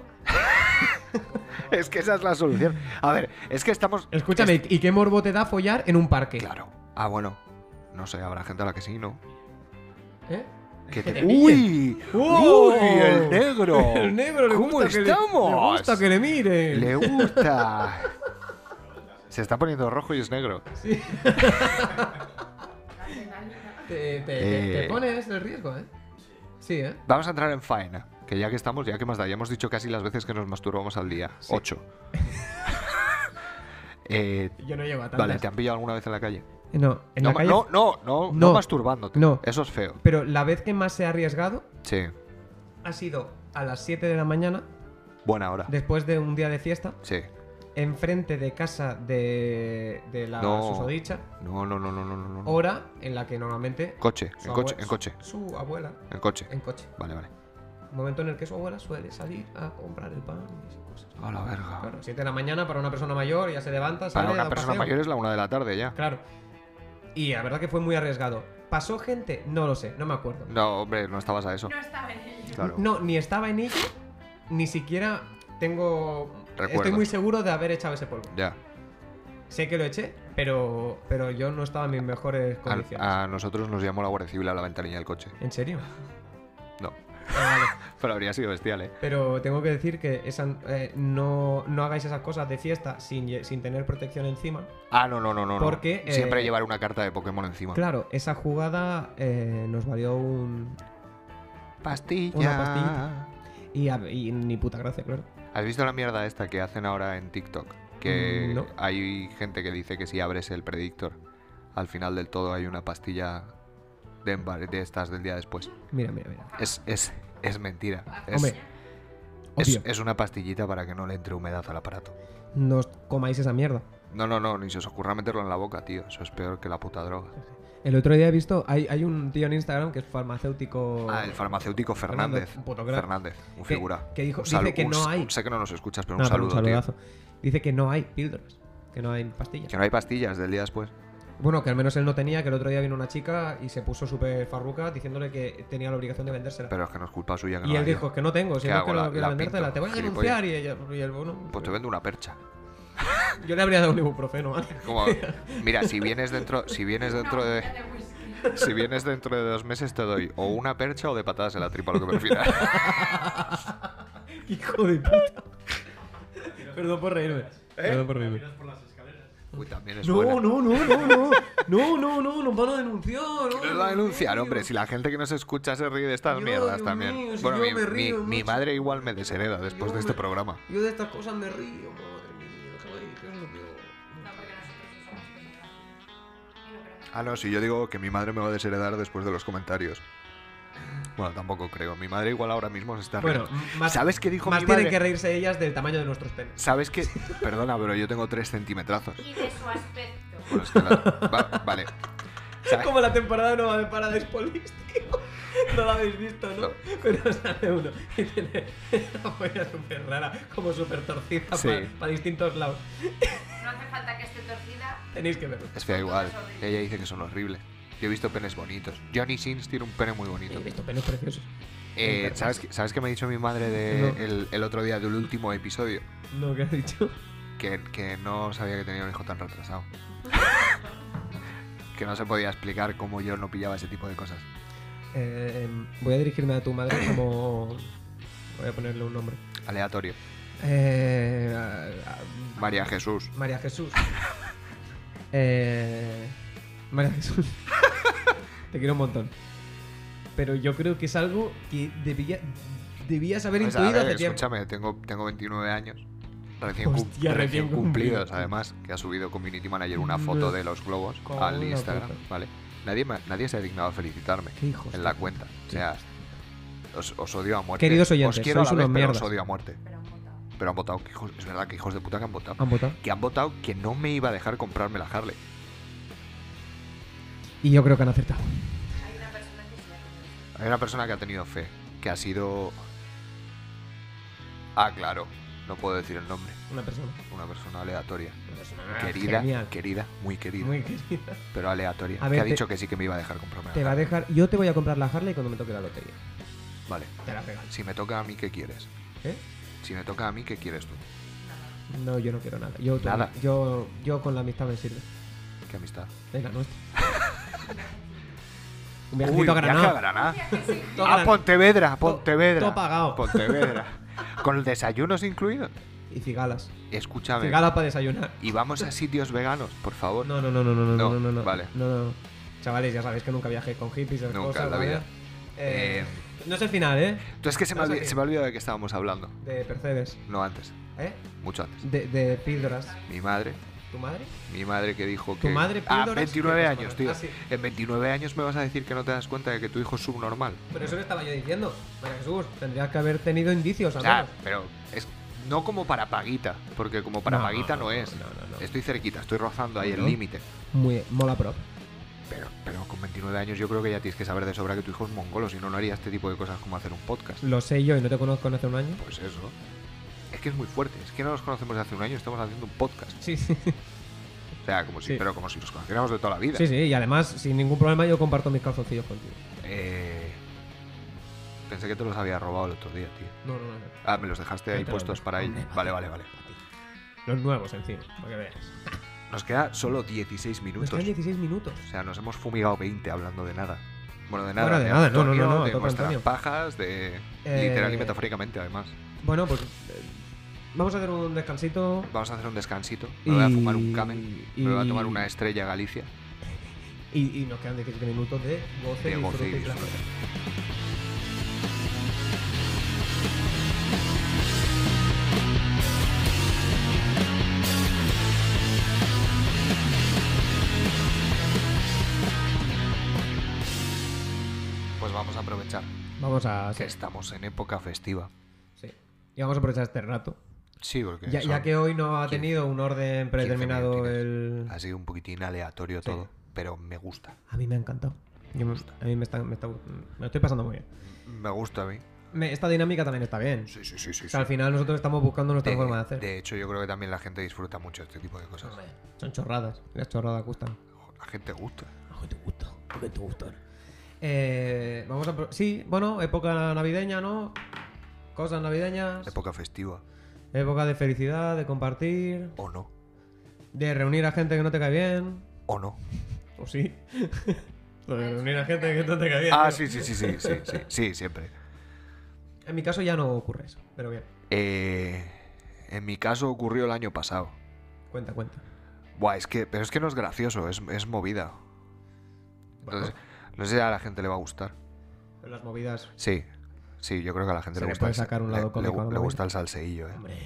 Es que esa es la solución. A ver, es que [laughs] estamos. Escúchame, ¿y qué morbo te da follar en un parque? Claro. Ah, bueno. No sé, habrá gente a la que sí, ¿no? ¿Eh? Que [laughs] Que te- te ¡Uy! ¡Oh! ¡Uy! [laughs] ¡El negro! [laughs] El negro le ¿Cómo gusta estamos? Que le, le gusta que le miren. Le gusta. [laughs] Se está poniendo rojo y es negro. Te, te- Eh. te- te pones el riesgo, ¿eh? Sí, ¿eh? Vamos a entrar en faena. Que ya que estamos, ya que más da, ya hemos dicho casi las veces que nos masturbamos al día. Sí. Ocho. [laughs] Eh, Yo no llevo a tantas. vale, ¿te han pillado alguna vez en la calle? No, en no, la ma- calle- no, no, no, no No. masturbándote. No. Eso es feo. Pero la vez que más se ha arriesgado Sí. ha sido a las 7 de la mañana, Buena hora. después de un día de fiesta, Sí. enfrente de casa de, de la No. susodicha, No, no, no, no, no, no, no. hora en la que normalmente... Coche, su en coche, abue- en coche, Su abuela, en coche. en coche. Vale, vale. Momento en el que su abuela suele salir a comprar el pan y esas cosas. A la verga. Claro, 7 de la mañana para una persona mayor, ya se levanta, sale, Para da una un persona paseo. mayor es la una de la tarde ya. Claro. Y la verdad que fue muy arriesgado. ¿Pasó gente? No lo sé, no me acuerdo. No, hombre, no estabas a eso. No estaba en ello. Claro. No, ni estaba en ello, ni siquiera tengo... Estoy Recuerdos. muy seguro de haber echado ese polvo. Ya. Sé que lo eché, pero, pero yo no estaba en mis mejores A- condiciones. A, nosotros nos llamó la Guardia Civil a la ventanilla del coche. ¿En serio? No. Ah, vale. [laughs] Pero habría sido bestial, ¿eh? Pero tengo que decir que esa, eh, no, no hagáis esas cosas de fiesta sin, lle- sin tener protección encima. Ah, no, no, no, no. no. Porque, eh, Siempre llevar una carta de Pokémon encima. Claro, esa jugada eh, nos valió un... Pastilla. Una pastillita. Y, a- y ni puta gracia, claro. ¿Has visto la mierda esta que hacen ahora en TikTok? Que Mm, no. hay gente que dice que si abres el predictor, al final del todo hay una pastilla de, embar- de estas del día después. Mira, mira, mira. Es, es, es mentira. Es, Hombre, es- obvio. es una pastillita para que no le entre humedad al aparato. No os comáis esa mierda. No, no, no, ni se os ocurra meterlo en la boca, tío. Eso es peor que la puta droga. El otro día he visto, hay, hay un tío en Instagram que es farmacéutico. Ah, el farmacéutico Fernández. Fernández, un puto crack. Fernández, un Que- figura. que dijo- Un salu- dice que un- no hay. un- sé que no nos escuchas, pero No, un pero saludo, tío. Dice que no hay píldoras, que no hay pastillas. Que no hay pastillas del día después. Bueno, que al menos él no tenía, que el otro día vino una chica y se puso súper farruca diciéndole que tenía la obligación de vendérsela. Pero es que no es culpa suya que y no la él haya. dijo, es que no tengo, si ¿Qué no hago? quiero, La- quiero la vendértela, pinto, te voy a gilipollas. denunciar. Y, ella, y él, bueno, Pues te vendo una percha. yo le habría dado un ibuprofeno, ¿vale? [laughs] Como, mira, si vienes dentro, si vienes dentro Una de, botella de whisky. si vienes dentro de dos meses te doy o una percha o de patadas en la tripa, lo que [laughs] prefieras. Hijo de puta. Perdón por reírme. Perdón por reírme. Uy, también es No, buena. no, no, no, no. No, no, no, nos van a denunciar. no, Pero va a no, denunciar, no, hombre. Si la gente que nos escucha se ríe de estas Yo, mierdas Dios también. mío, si bueno, yo mi, me mi- río, mi macho. madre igual me deshereda después Yo de este me- programa. Yo de estas cosas me río, madre mía. joder, qué horror. No, porque nosotros no somos personas. Y no creo. Ah, no, si yo digo que mi madre me va a desheredar después de los comentarios. Bueno, tampoco creo. Mi madre igual ahora mismo se está Bueno, riendo. más, ¿Sabes qué dijo más mi tienen madre? que reírse ellas del tamaño de nuestros [laughs] penes. ¿Sabes qué? Perdona, pero yo tengo tres centimetrazos. Y de su aspecto. Bueno, es que la- va- vale. Es como la temporada nueva de Paradise Police, tío. No la habéis visto, ¿no? No. Pero sale uno y tiene una polla súper rara, como súper torcida Sí. para distintos lados. No hace falta que esté torcida. Tenéis que verlo. Es fea igual. Ella dice que son horribles. Yo he visto penes bonitos. Johnny Sins tiene un pene muy bonito. He visto penes preciosos. Eh, ¿sabes, qué- ¿Sabes qué me ha dicho mi madre de No. el, el otro día del último episodio? No, que has dicho. Que, que no sabía que tenía un hijo tan [laughs] retrasado. que no se podía explicar cómo yo no pillaba ese tipo de cosas. Eh, voy a dirigirme a tu madre como. Voy a ponerle un nombre. Aleatorio. Eh, a- a- María Jesús. María Jesús. Eh, María Jesús. Te quiero un montón. Pero yo creo que es algo que debía, debías haber Pues, a intuido ver, hace tiempo. escúchame, tengo, tengo 29 años. Recién, cum- Hostia, recién recién cumplidos, cumplido. Mm, además, que ha subido Community Manager una foto No. de los globos Como al una Instagram, puta. ¿vale? Nadie, me- nadie se ha dignado a felicitarme Qué hijos en de la puta. cuenta. O sea, os, os odio a muerte. Queridos oyentes, os quiero a la sois vez, unos pero os mierdas. odio a muerte. Pero un botado. Pero han votado, que hijos, es verdad que hijos de puta que han votado. Han votado. Que han votado que no me iba a dejar comprarme la Harley. Y yo creo que han acertado. Hay una persona que se la conoce. Hay una persona que ha tenido fe, que ha sido... Ah, claro, no puedo decir el nombre. Una persona. Una persona aleatoria. Una persona querida, Ah, genial. querida, muy querida, Muy querida. pero aleatoria. A ver, que ha te- dicho que sí que me iba a dejar comprarme. la Te va a Harley. dejar. Yo te voy a comprar la Harley cuando me toque la lotería. Vale. Te la pegas. Si me toca a mí, ¿qué quieres? ¿Eh? Si me toca a mí, ¿qué quieres tú? No, yo no quiero nada. Yo, tu- Nada. Yo, yo con la amistad me sirve. ¿Qué amistad? Es [laughs] la nuestra. Un Uy, viajecito a viaje Granada. a Granada. Que sí. Todo Ah, Granada. Pontevedra, Pontevedra. todo pagado. Pontevedra. Con desayunos incluidos. Y cigalas. Escúchame. Cigalas para desayunar. Y vamos a sitios veganos, por favor. No, no, no, no, no, No, no, no, no. vale. No, no, no. Chavales, ya sabéis que nunca viajé con hippies, esas Nunca cosas, en la ¿vale? vida. Eh, Eh, No es el final, ¿eh? Tú es que se me, Estás olvi- aquí. se me ha olvidado de qué estábamos hablando. De Percebes. No antes, ¿Eh? mucho antes. De, de píldoras. Mi madre, ¿Tu madre? mi madre que dijo que... ¿Tu madre Ah, píldoras? 29 ¿Qué años, pasa? tío. Ah, sí. En 29 años me vas a decir que no te das cuenta de que tu hijo es subnormal. Pero eso le estaba yo diciendo. María Jesús, tendrías que haber tenido indicios, O al sea, menos. pero es no como para paguita, porque como para No, paguita no, no, es. no, no, no. Estoy cerquita, estoy rozando ahí el No. límite. Muy, mola prop. Pero, pero con 29 años yo creo que ya tienes que saber de sobra que tu hijo es mongolo, si no, no haría este tipo de cosas como hacer un podcast. Lo sé yo y no te conozco en hace un año. Pues eso. Es que es muy fuerte, es que no nos conocemos de hace un año, estamos haciendo un podcast. [laughs] Sí, sí. O sea, como si, Sí. pero como si nos conociéramos de toda la vida. Sí, sí, y además, sin ningún problema, yo comparto mis calzoncillos contigo. Eh, pensé que te los había robado el otro día, tío. No, no, no. no. Ah, me los dejaste ahí Vete a puestos dormir. para ahí. Hombre, vete Vale, a vale, vale. dormir. Los nuevos encima, para que veas. Nos queda solo 16 Nos minutos. quedan 16 minutos. O sea, nos hemos fumigado 20 hablando de nada. Bueno, de nada. Bueno, de nada, no, no, Antonio, no, no, a de tope, nuestras Antonio. Eh, pajas, de. Literal y metafóricamente, además. Bueno, pues eh, vamos a hacer un descansito. Vamos a hacer un descansito. Me voy a y- fumar un camen. y- Me voy a tomar una estrella Galicia. Y, y nos quedan 17 minutos de goce, De y goce y disfrute y placer. disfrute. Pues vamos a aprovechar Vamos a. que estamos en época festiva. sí. Y vamos a aprovechar este rato. Sí, porque. Ya, ya son- que hoy no ha 15, tenido un orden predeterminado 15 el. Ha sido un poquitín aleatorio Sí. todo, pero me gusta. A mí me ha encantado. Yo me- a mí me está, me está- me lo estoy pasando muy bien. Me gusta a mí. Me- esta dinámica también está bien. Sí, sí, sí, sí. O sea, al final nosotros estamos buscando nuestra forma de hacer. hecho, yo creo que también la gente disfruta mucho este tipo de cosas. Son chorradas. Las chorradas gustan. la gente gusta. Porque te gusta, porque te gusta. Eh, vamos a... pro- Sí, bueno, época navideña, ¿no? Cosas navideñas. Época festiva. Época de felicidad, de compartir, O no. de reunir a gente que no te cae bien. O [laughs] no. ¿O Oh, sí? Lo de reunir a gente que no te cae bien. Ah, tío. sí, sí, sí, sí, sí, sí, sí, siempre. En mi caso ya no ocurre eso, pero bien. Eh, en mi caso ocurrió el año pasado. Cuenta, cuenta. Buah, es que, pero es que no es gracioso, es, es movida. Entonces, no sé si a la gente le va a gustar. Pero las movidas... Sí, sí, yo creo que a la gente Se le le gusta. puede el sa- sacar un lado le, le, cómico a la le movida. gusta el salseillo, eh. Hombre...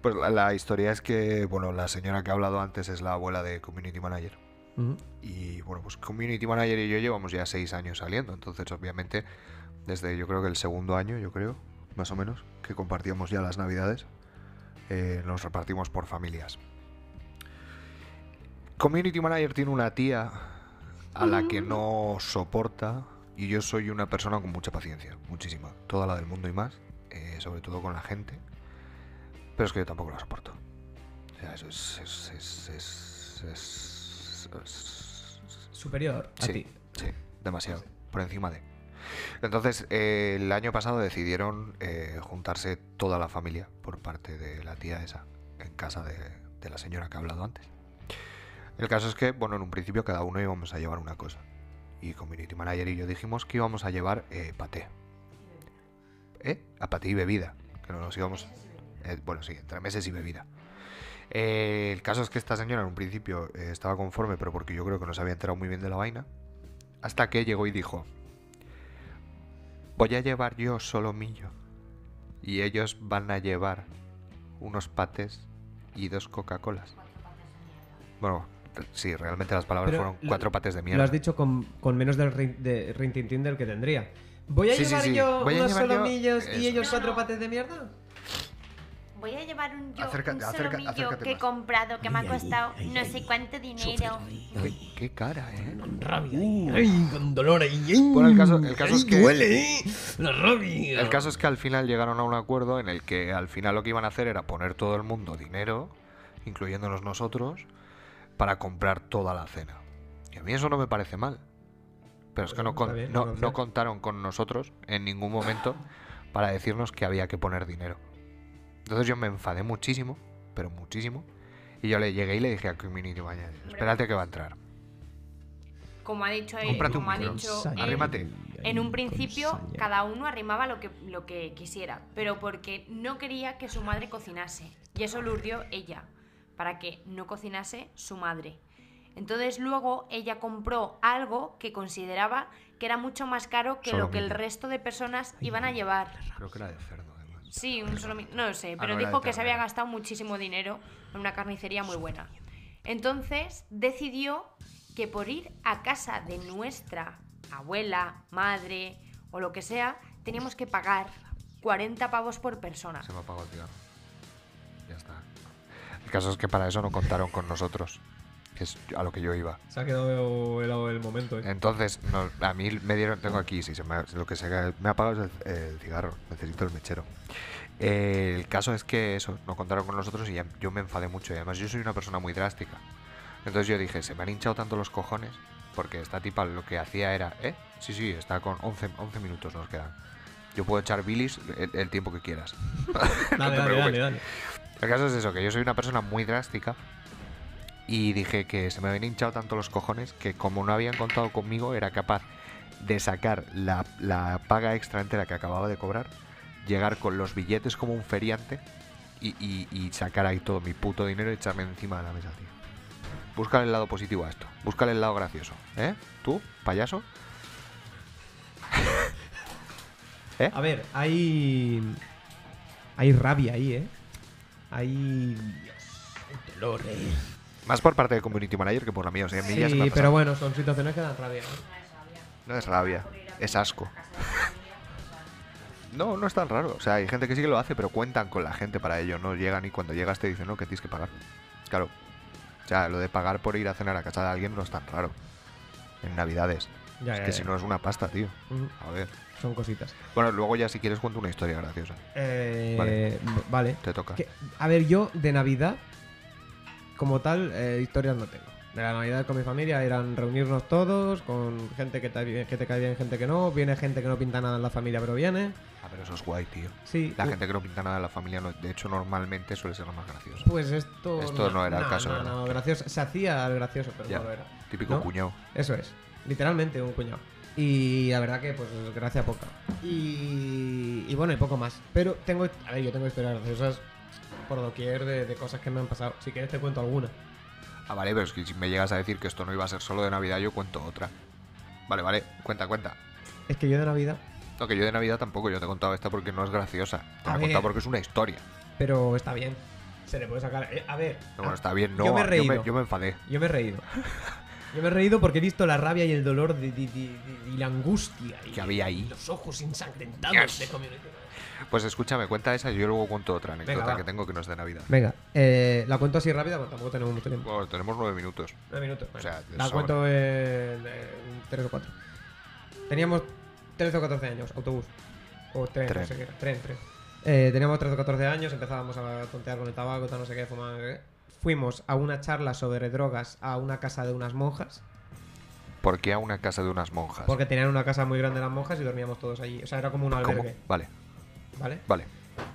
Pues la, la historia es que, bueno, la señora que ha hablado antes es la abuela de Community Manager. Ujú. Y bueno, pues Community Manager y yo llevamos ya seis años saliendo, entonces obviamente desde yo creo que el segundo año, yo creo, más o menos, que compartíamos ya las navidades, eh, nos repartimos por familias. Community Manager tiene una tía a la que no soporta y yo soy una persona con mucha paciencia, muchísima, toda la del mundo y más, eh, sobre todo con la gente, pero es que yo tampoco la soporto. O sea, eso es- es- es- es- es- es Superior a sí, ti. Sí, demasiado. Por encima de. Entonces, eh, el año pasado decidieron eh, juntarse toda la familia por parte de la tía esa, en casa de, de la señora que ha hablado antes. El caso es que, bueno, en un principio cada uno íbamos a llevar una cosa. Y Community Manager y yo dijimos que íbamos a llevar eh, paté. ¿Eh? A paté y bebida. Que no nos íbamos. eh, bueno, sí, entre meses y bebida. Eh, el caso es que esta señora en un principio eh, estaba conforme, pero porque yo creo que no se había enterado muy bien de la vaina. Hasta que llegó y dijo: Voy a llevar yo solo millo. Y ellos van a llevar unos pates y dos Coca-Colas. Bueno, t- sí, realmente las palabras Pero fueron lo- cuatro pates de mierda. Lo has dicho con, con menos del rin- de rintintín del que tendría. ¿Voy a Sí, sí, llevar sí. yo Voy a unos llevar yo- solomillos Eso. y ellos No, cuatro no. pates de mierda? Voy a llevar un, yo, Acerca- un acerca- solomillo acércate que he más. comprado, que me ha Ay, ay, costado ay, no ay, sé ay. cuánto dinero. Qué, qué cara, ¿eh? Con rabia. Ay, con dolor. Ay, Bueno, el caso- el caso ay, es que- Duele, ¿eh? La rabia. El caso es que al final llegaron a un acuerdo en el que al final lo que iban a hacer era poner todo el mundo dinero, incluyéndonos nosotros, para comprar toda la cena. Y a mí eso no me parece mal. Pero es que no, Está con- bien, no- no lo no sé. contaron con nosotros en ningún [laughs] momento para decirnos que había que poner dinero. Entonces yo me enfadé muchísimo, pero muchísimo. Y yo le llegué y le dije a Community Manager, espérate que va a entrar. Como ha dicho, él- Cómprate un como ha micro. dicho Saña. él, Arrímate. En un principio, cada uno arrimaba lo que, lo que quisiera, pero porque no quería que su madre cocinase. Y eso lo urdió ella, para que no cocinase su madre. Entonces luego ella compró algo que consideraba que era mucho más caro que Solo lo que el mil. resto de personas iban a llevar. Creo que era de cerdo, además. Sí, un solo mi- No lo sé, Ah, pero no, era dijo de que se había ternera. gastado muchísimo dinero en una carnicería muy buena. Entonces decidió que por ir a casa de nuestra abuela, madre o lo que sea, teníamos que pagar 40 pavos por persona. Se me apagó el cigarro. Ya está. El caso es que para eso no contaron con nosotros, que es a lo que yo iba. Se ha quedado helado el momento. ¿eh? Entonces, no- a mí me dieron, tengo aquí, si se me, ha- lo que se ha- me ha apagado es el, el cigarro, necesito el mechero. Eh, el caso es que eso, no contaron con nosotros y ya- yo me enfadé mucho. Y además, yo soy una persona muy drástica. Entonces yo dije, se me han hinchado tanto los cojones, porque esta tipa lo que hacía era, eh, sí, sí, está con 11, 11 minutos nos quedan. Yo puedo echar bilis el- el tiempo que quieras. Dale, te dale, preocupes. dale, dale. El caso es eso, que yo soy una persona muy drástica y dije que se me habían hinchado tanto los cojones que como no habían contado conmigo era capaz de sacar la, la paga extra entera que acababa de cobrar, llegar con los billetes como un feriante y, y- y sacar ahí todo mi puto dinero y echarme encima de la mesa, tío. Búscale el lado positivo a esto, búscale el lado gracioso, ¿eh? ¿Tú, payaso? ¿Eh? A ver, hay. Hay rabia ahí, ¿eh? Hay. Hay dolor, ¿eh? Más por parte de Community Manager que por la mía, o sea, a mí ya se me ha Sí, pasado. pero bueno, son situaciones que dan rabia. ¿eh? No es rabia, es asco. No, no es tan raro. O sea, hay gente que sí que lo hace, pero cuentan con la gente para ello. No llegan y cuando llegas te dicen, no, que tienes que pagar. Claro. O sea, lo de pagar por ir a cenar a casa de alguien no es tan raro. En Navidades. Ya, es ya, que ya. si no es una pasta, tío. Ujú, A ver. Son cositas. Bueno, luego ya si quieres cuento una historia graciosa. Eh, Vale. vale. Te toca. Que- a ver, yo de Navidad, como tal, eh, historias no tengo. de la Navidad con mi familia eran reunirnos todos, con gente que te, que te cae bien, gente que no. Viene gente que no pinta nada en la familia, pero viene. Ah, pero eso es guay, tío. Sí. La u- gente que no pinta nada en la familia, no- de hecho, normalmente suele ser lo más gracioso. Pues esto. Esto no era el caso, No, ¿verdad? no, gracioso. Se hacía el gracioso, pero Ya, no lo era. Típico ¿No? cuñado. Eso es. Literalmente un cuñado. Y la verdad que, pues, gracia poca. Y, y bueno, y poco más. Pero tengo. A ver, yo tengo historias graciosas por doquier de, de cosas que me han pasado. Si quieres, te cuento alguna. Ah, vale, pero es que si me llegas a decir que esto no iba a ser solo de Navidad, yo cuento otra. Vale, vale, cuenta, cuenta. Es que yo de Navidad. No, que yo de Navidad tampoco, yo te he contado esta porque no es graciosa. Te la A he contado ver. porque es una historia. Pero está bien. Se le puede sacar. eh, a ver. No, bueno, ah, está bien, no. Yo me he yo reído. yo me enfadé. Yo me he reído. Yo me he reído porque he visto la rabia y el dolor de- de- de- de- y la angustia. Y Que había ahí. Los ojos ensangrentados Yes. de Community. Pues escúchame, cuenta esa y yo luego cuento otra anécdota va. que tengo que no es de Navidad. Venga, eh, la cuento así rápida porque tampoco tenemos mucho tiempo. Bueno, tenemos nueve minutos. Nueve minutos. O sea, la sobra. cuento en, en tres o cuatro. Teníamos 13 o 14 años, autobús. O tren, Tren. no sé qué era. Tren, tren. Eh, teníamos 13 o 14 años, empezábamos a tontear con el tabaco, tal, no sé qué, fumar. no sé qué. Fuimos a una charla sobre drogas a una casa de unas monjas. ¿Por qué a una casa de unas monjas? Porque tenían una casa muy grande las monjas y dormíamos todos allí. O sea, era como un Ah, ¿Cómo? albergue, Vale, ¿vale? vale.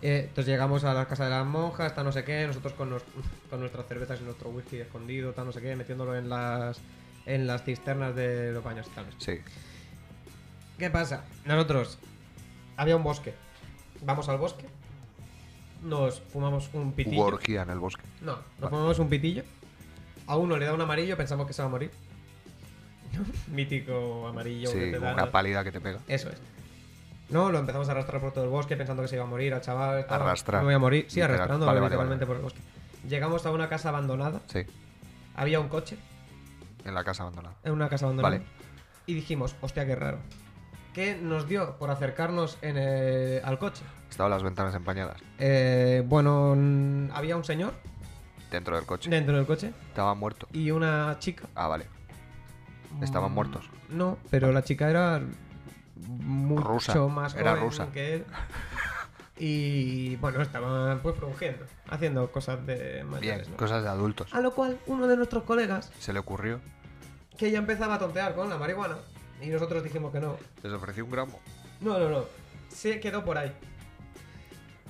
Eh, entonces llegamos a la casa de las monjas, tal no sé qué, nosotros con, nos- [laughs] con nuestras cervezas y nuestro whisky escondido, tal no sé qué, metiéndolo en las en las cisternas de los baños y tal. no sé qué. Sí. ¿Qué pasa? Nosotros había un bosque. Vamos al bosque. Nos fumamos un Hubo pitillo. orgía en el bosque. No, nos Vale. fumamos un pitillo. A uno le da un amarillo, pensamos que se va a morir. [laughs] Mítico amarillo que Sí, te dan. una pálida que te pega. Eso es. No, lo empezamos a arrastrar por todo el bosque pensando que se iba a morir al chaval. estaba- Arrastrar. Me voy a morir. Sí, Literal. arrastrando Vale, vale, literalmente por el bosque. Llegamos a una casa abandonada. Sí, Había un coche en la casa abandonada. en una casa abandonada. Vale. Y dijimos, hostia, qué raro. ¿Qué nos dio por acercarnos en, eh, al coche? Estaban las ventanas empañadas Eh, bueno, mm, había un señor dentro del coche. dentro del coche Estaba muerto. y una chica. Ah, vale. Estaban Mm, muertos. No, pero la chica era mucho Rusa, más era joven rusa. que [laughs] él. Y bueno, estaban pues frungiendo, haciendo cosas de Bien, mayores, ¿no? cosas de adultos. A lo cual uno de nuestros colegas, Se le ocurrió. que ya empezaba a tontear con la marihuana, y nosotros dijimos que no. Les ofreció un gramo. No, no, no. Se quedó por ahí.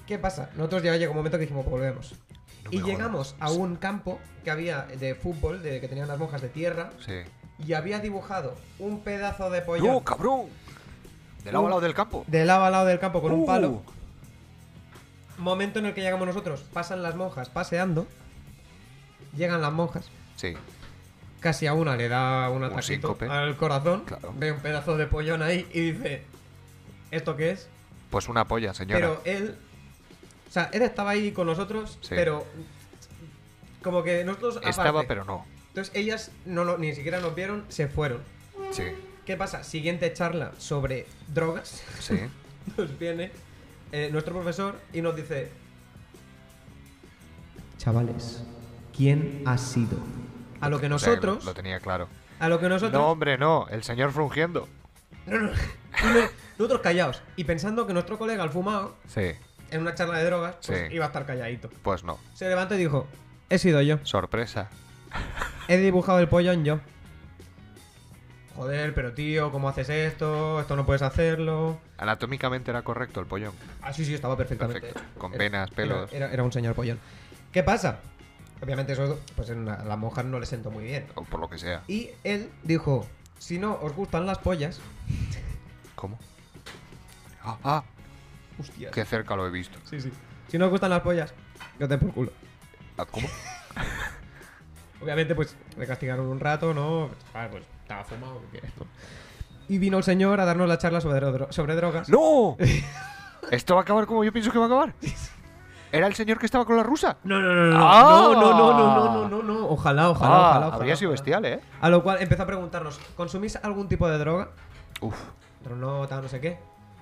¿Qué pasa? Nosotros ya llegó un momento que dijimos, volvemos. No y me llegamos a un campo que había de fútbol, de que tenían las monjas de tierra, jodas. Sí. y había dibujado un pedazo de pollón. ¡No, cabrón! Del lado a lado del campo. de lado a lado del campo con un Uh. palo. Momento en el que llegamos nosotros, pasan las monjas paseando. Llegan las monjas. Sí. Casi a una le da un ataquito síncope. al corazón. Claro. Ve un pedazo de pollón ahí y dice: ¿Esto qué es? Pues una polla, señora. Pero él. O sea, él estaba ahí con nosotros, Sí. pero. Como que nosotros. Estaba, aparte. pero no. Entonces ellas no lo- ni siquiera nos vieron, se fueron. Sí. [laughs] ¿Qué pasa? Siguiente charla sobre drogas. [laughs] Sí. nos viene eh, nuestro profesor y nos dice: Chavales, ¿quién ha sido? A lo que O sea, lo- nosotros. lo tenía claro. A lo que nosotros. No, hombre, no. El señor frungiendo. No, no, no. Nosotros callados. Y pensando que nuestro colega, el fumado, Sí. en una charla de drogas, pues Sí. iba a estar calladito. Pues no. Se levantó y dijo: He sido yo. Sorpresa. He dibujado el pollo en yo. Joder, pero tío, ¿cómo haces esto? Esto no puedes hacerlo. Anatómicamente era correcto el pollón. Ah, sí, sí, estaba perfectamente. Perfecto. hecho. Con Era- venas, era- pelos. Era, era un señor pollón. ¿Qué pasa? Obviamente eso, pues en una- a la monja no le sentó muy bien. O por lo que sea. Y él dijo, si no os gustan las pollas... ¿Cómo? Ah, ah, Hostias. qué cerca lo he visto. Sí, sí. Si no os gustan las pollas, yo te por culo. Ah, ¿Cómo? Obviamente, pues le castigaron un rato, ¿no? Chaval, pues estaba fumado, ¿qué quieres, no? Y vino el señor a darnos la charla sobre, dro- sobre drogas. ¡No! Esto va a acabar como yo pienso que va a acabar. Era el señor que estaba con la rusa. No, no, no, no, ¡Ah! no, no, no, no, no, no, no, ojalá, ojalá, ah, ojalá, ojalá, habría sido ojalá. bestial, ¿eh? A lo cual empezó a preguntarnos, ¿consumís algún tipo de droga? Uf, no, tal, no sé qué.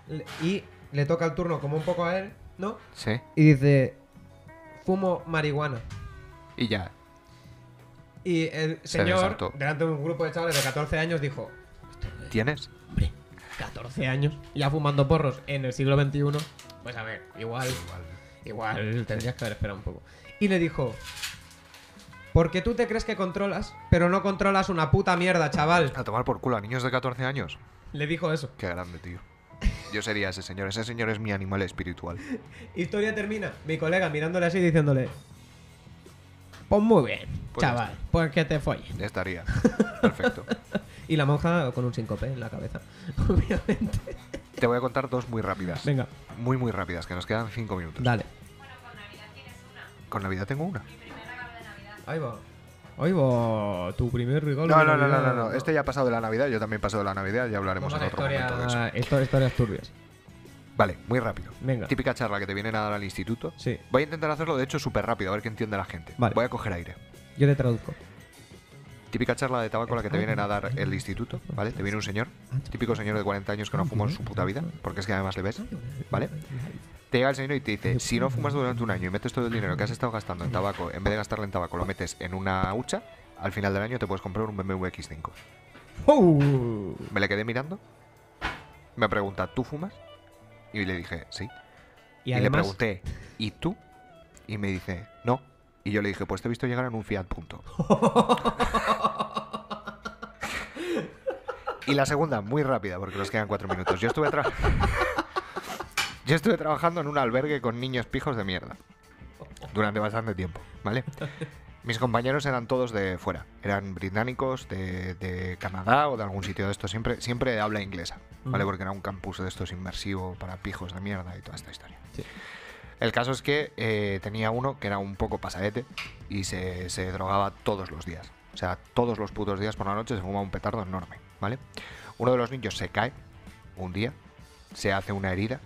Le- Y le toca el turno como un poco a él, ¿no? sí. Y dice, fumo marihuana. Y ya. Y el Se señor, desató. delante de un grupo de chavales de 14 años, dijo, ¿Tienes? hombre, 14 años, ya fumando porros en el siglo XXI. Pues a ver, igual, igual, tendrías que haber esperado un poco. Y le dijo, Porque tú te crees que controlas, pero no controlas una puta mierda, chaval. A tomar por culo a niños de 14 años. Le dijo eso. Qué grande, tío. Yo sería ese señor. Ese señor es mi animal espiritual. Historia termina. Mi colega mirándole así diciéndole: Pues muy bien, Pues ya chaval, pues que te follen. Ya estaría. Perfecto. Y la monja con un síncope en la cabeza, [laughs] obviamente. Te voy a contar dos muy rápidas. Venga, Muy, muy rápidas, que nos quedan cinco minutos. dale. Con Navidad tengo una. Ahí va. Ahí va tu primer regalo. No, de no, no, no, Navidad. no, no. Este ya ha pasado de la Navidad, yo también he pasado de la Navidad, ya hablaremos en Vamos a otro momento de eso. historia, histo- historias turbias. Vale, muy rápido. Venga. Típica charla que te vienen a dar al instituto. Sí. Voy a intentar hacerlo, de hecho, súper rápido, a ver qué entiende la gente. Vale. Voy a coger aire. Yo te traduzco. Típica charla de tabaco la que te vienen a dar el instituto, ¿vale? Te viene un señor, típico señor de 40 años que no fuma en su puta vida, porque es que además le ves, ¿vale? Te llega el señor y te dice, si no fumas durante un año y metes todo el dinero que has estado gastando en tabaco, en vez de gastarlo en tabaco, lo metes en una hucha, al final del año te puedes comprar un BMW X5. ¡Oh! Me le quedé mirando, me pregunta, ¿tú fumas? Y le dije, sí. Y, Y, le además, pregunté, ¿y tú? Y me dice, no. Y yo le dije, pues te he visto llegar en un Fiat [laughs] Punto. y la segunda, muy rápida, porque nos quedan cuatro minutos. Yo estuve, tra- [laughs] yo estuve trabajando en un albergue con niños pijos de mierda. Durante bastante tiempo, ¿vale? Mis compañeros eran todos de fuera. Eran británicos, de, de Canadá o de algún sitio de esto. Siempre, siempre de habla inglesa, ¿vale? Ujú. Porque era un campus de estos inmersivo para pijos de mierda y toda esta historia. Sí. El caso es que eh, tenía uno que era un poco pasadete y se, se drogaba todos los días. O sea, todos los putos días por la noche se fumaba un petardo enorme, ¿vale? Uno de los niños se cae un día, se hace una herida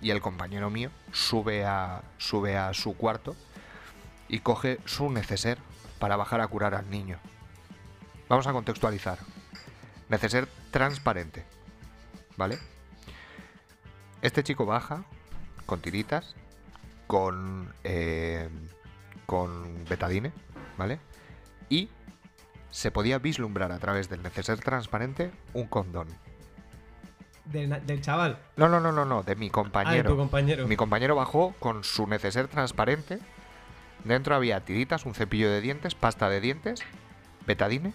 y el compañero mío sube a, sube a su cuarto y coge su neceser para bajar a curar al niño. Vamos a contextualizar. Neceser transparente, ¿vale? Este chico baja con tiritas, con, eh, con betadine, ¿vale? Y se podía vislumbrar a través del neceser transparente un condón. del, na- del chaval. No, no, no, no, no, de mi Ah, de compañero. tu compañero. Mi compañero bajó con su neceser transparente. Dentro había tiritas, un cepillo de dientes, pasta de dientes, betadine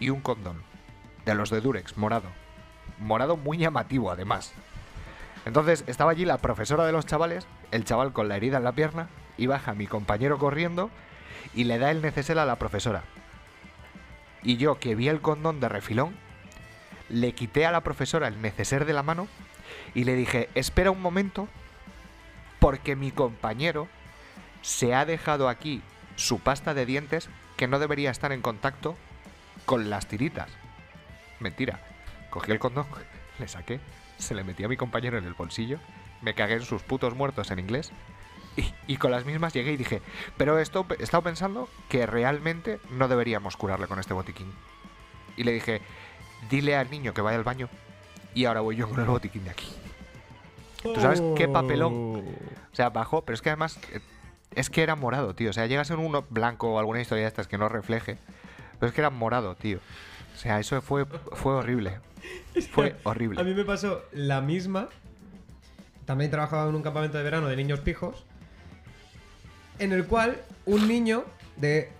y un condón. De los de Durex, morado. Morado muy llamativo, además. Entonces estaba allí la profesora de los chavales, el chaval con la herida en la pierna, y baja mi compañero corriendo y le da el neceser a la profesora. Y yo, que vi el condón de refilón, le quité a la profesora el neceser de la mano y le dije, espera un momento, porque mi compañero se ha dejado aquí su pasta de dientes que no debería estar en contacto con las tiritas. Mentira. Cogí el condón, [laughs] le saqué, se le metí a mi compañero en el bolsillo, me cagué en sus putos muertos en inglés y, y con las mismas llegué y dije, pero esto he estado pensando que realmente no deberíamos curarle con este botiquín. Y le dije, dile al niño que vaya al baño y ahora voy yo con el botiquín de aquí. ¿Tú sabes qué papelón? O sea, bajó, pero es que además eh, es que era morado, tío. O sea, llegas en uno blanco o alguna historia de estas que no refleje, pero es que era morado, tío. O sea, eso fue, fue [laughs] horrible. Fue A mí horrible. me pasó la misma. También trabajaba en un campamento de verano de niños pijos. En el cual un niño de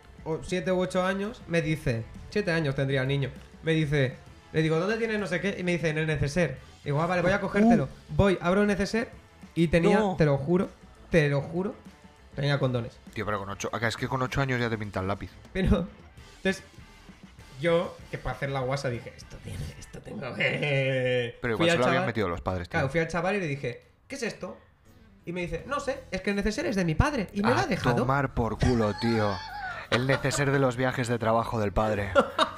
7 u 8 años me dice: 7 años tendría el niño. Me dice: Le digo, ¿dónde tienes no sé qué? Y me dice: En el neceser. Digo, ah, vale, voy a cogértelo. Voy, abro el neceser y tenía, Uh. No. te lo juro, te lo juro, tenía condones. Tío, pero con ocho, acá es que con ocho años ya te pinta el lápiz. Pero, entonces, yo, que para hacer la guasa dije, esto tiene, esto tengo que... Pero Fui igual se al lo habían chaval- metido los padres, tío. Claro, fui al chaval y le dije, ¿qué es esto? Y me dice, no sé, es que el neceser es de mi padre y me lo A ha dejado. Tomar por culo, tío. El neceser de los viajes de trabajo del padre. [laughs]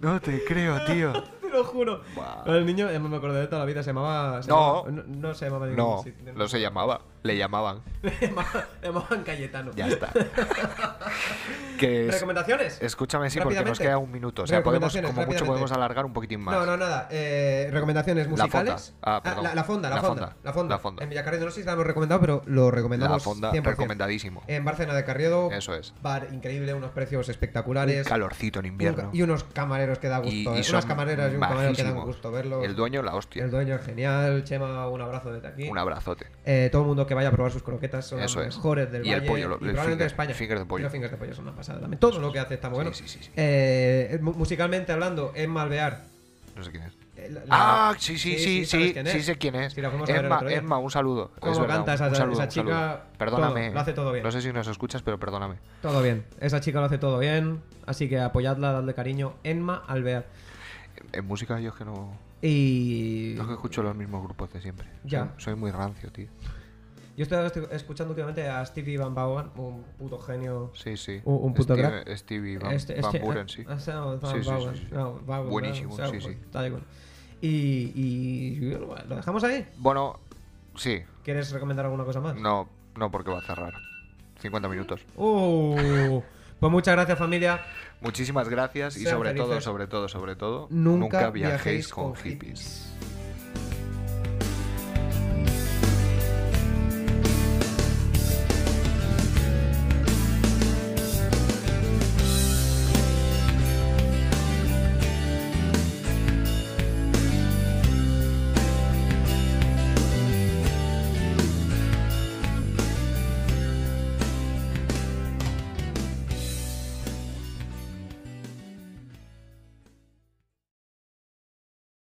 No te creo, tío. [laughs] Te lo juro. Buah. El niño, eh, me acordé de toda la vida, se llamaba... se No. llamaba- no, no se llamaba... No, sí, no. no [laughs] se llamaba, le llamaban. Le llamaba- le llamaban Cayetano. Ya [laughs] está. que es- ¿Recomendaciones? escúchame, sí, porque nos Rápidamente. queda un minuto. O sea, podemos, Recomendaciones, como mucho rápidamente. podemos alargar un poquitín más. No, no, nada. Eh, recomendaciones fonda. musicales. Ah, perdón. la, la fonda, la, La fonda, fonda, La fonda. la fonda. En Villacarriedo no sé si la hemos recomendado, pero lo recomendamos. La fonda, 100%. recomendadísimo. En Barcelona de Carriedo. Eso es. Bar increíble, unos precios espectaculares. Calorcito en un ca- invierno. y unos camareros que da gusto. Y- y ¿eh? unas son camareras y un camarero que dan majísimos. gusto verlos. El dueño, la hostia. El dueño es genial. Chema, un abrazo desde aquí. Un abrazote. Eh, todo el mundo que vaya a probar sus croquetas son Eso las es. mejores del Y el Valle pollo, lo- y el probablemente finger- de España. fingers de pollo. Y los fingers de pollo son una pasada también. Todo lo que hace está bueno. sí, sí, sí. Eh, mu- musicalmente hablando, es Malvear. No sé quién es. eh, la- la- ah, sí, sí, sí, sabes sí, sí, quién es. sé quién es. Sí, la fuimos a ver el Emma, otro día. Emma, un saludo. Cómo es verdad, canta un- esa- un saludo, esa un saludo. chica, Perdóname. todo, lo hace todo bien. No sé si nos escuchas, pero perdóname. Todo bien. Esa chica lo hace todo bien. Así que apoyadla, dadle cariño. Enma Alvear. En música yo es que no, Y. no es que escucho los mismos grupos de siempre. Ya. Soy, soy muy rancio, tío. Yo estoy estoy escuchando últimamente a Stevie Van Vaughan, un puto genio. Sí, sí. Un- un puto Steve- crack. Stevie Van, Este- Van este- Buren, ah, sí. ah, se llama Van Sí, sí, sí, Vaughan. sí, sí. No, Vaughan, Buenísimo, claro, sí, pues, sí. tal y cual. Y, y- bueno, lo dejamos ahí. Bueno, sí. ¿Quieres recomendar alguna cosa más? No, no porque va a cerrar. 50 minutos. Uh, pues muchas gracias familia. Muchísimas gracias y Sean sobre todo, felices. sobre todo, sobre todo, Nunca, viajéis con hippies.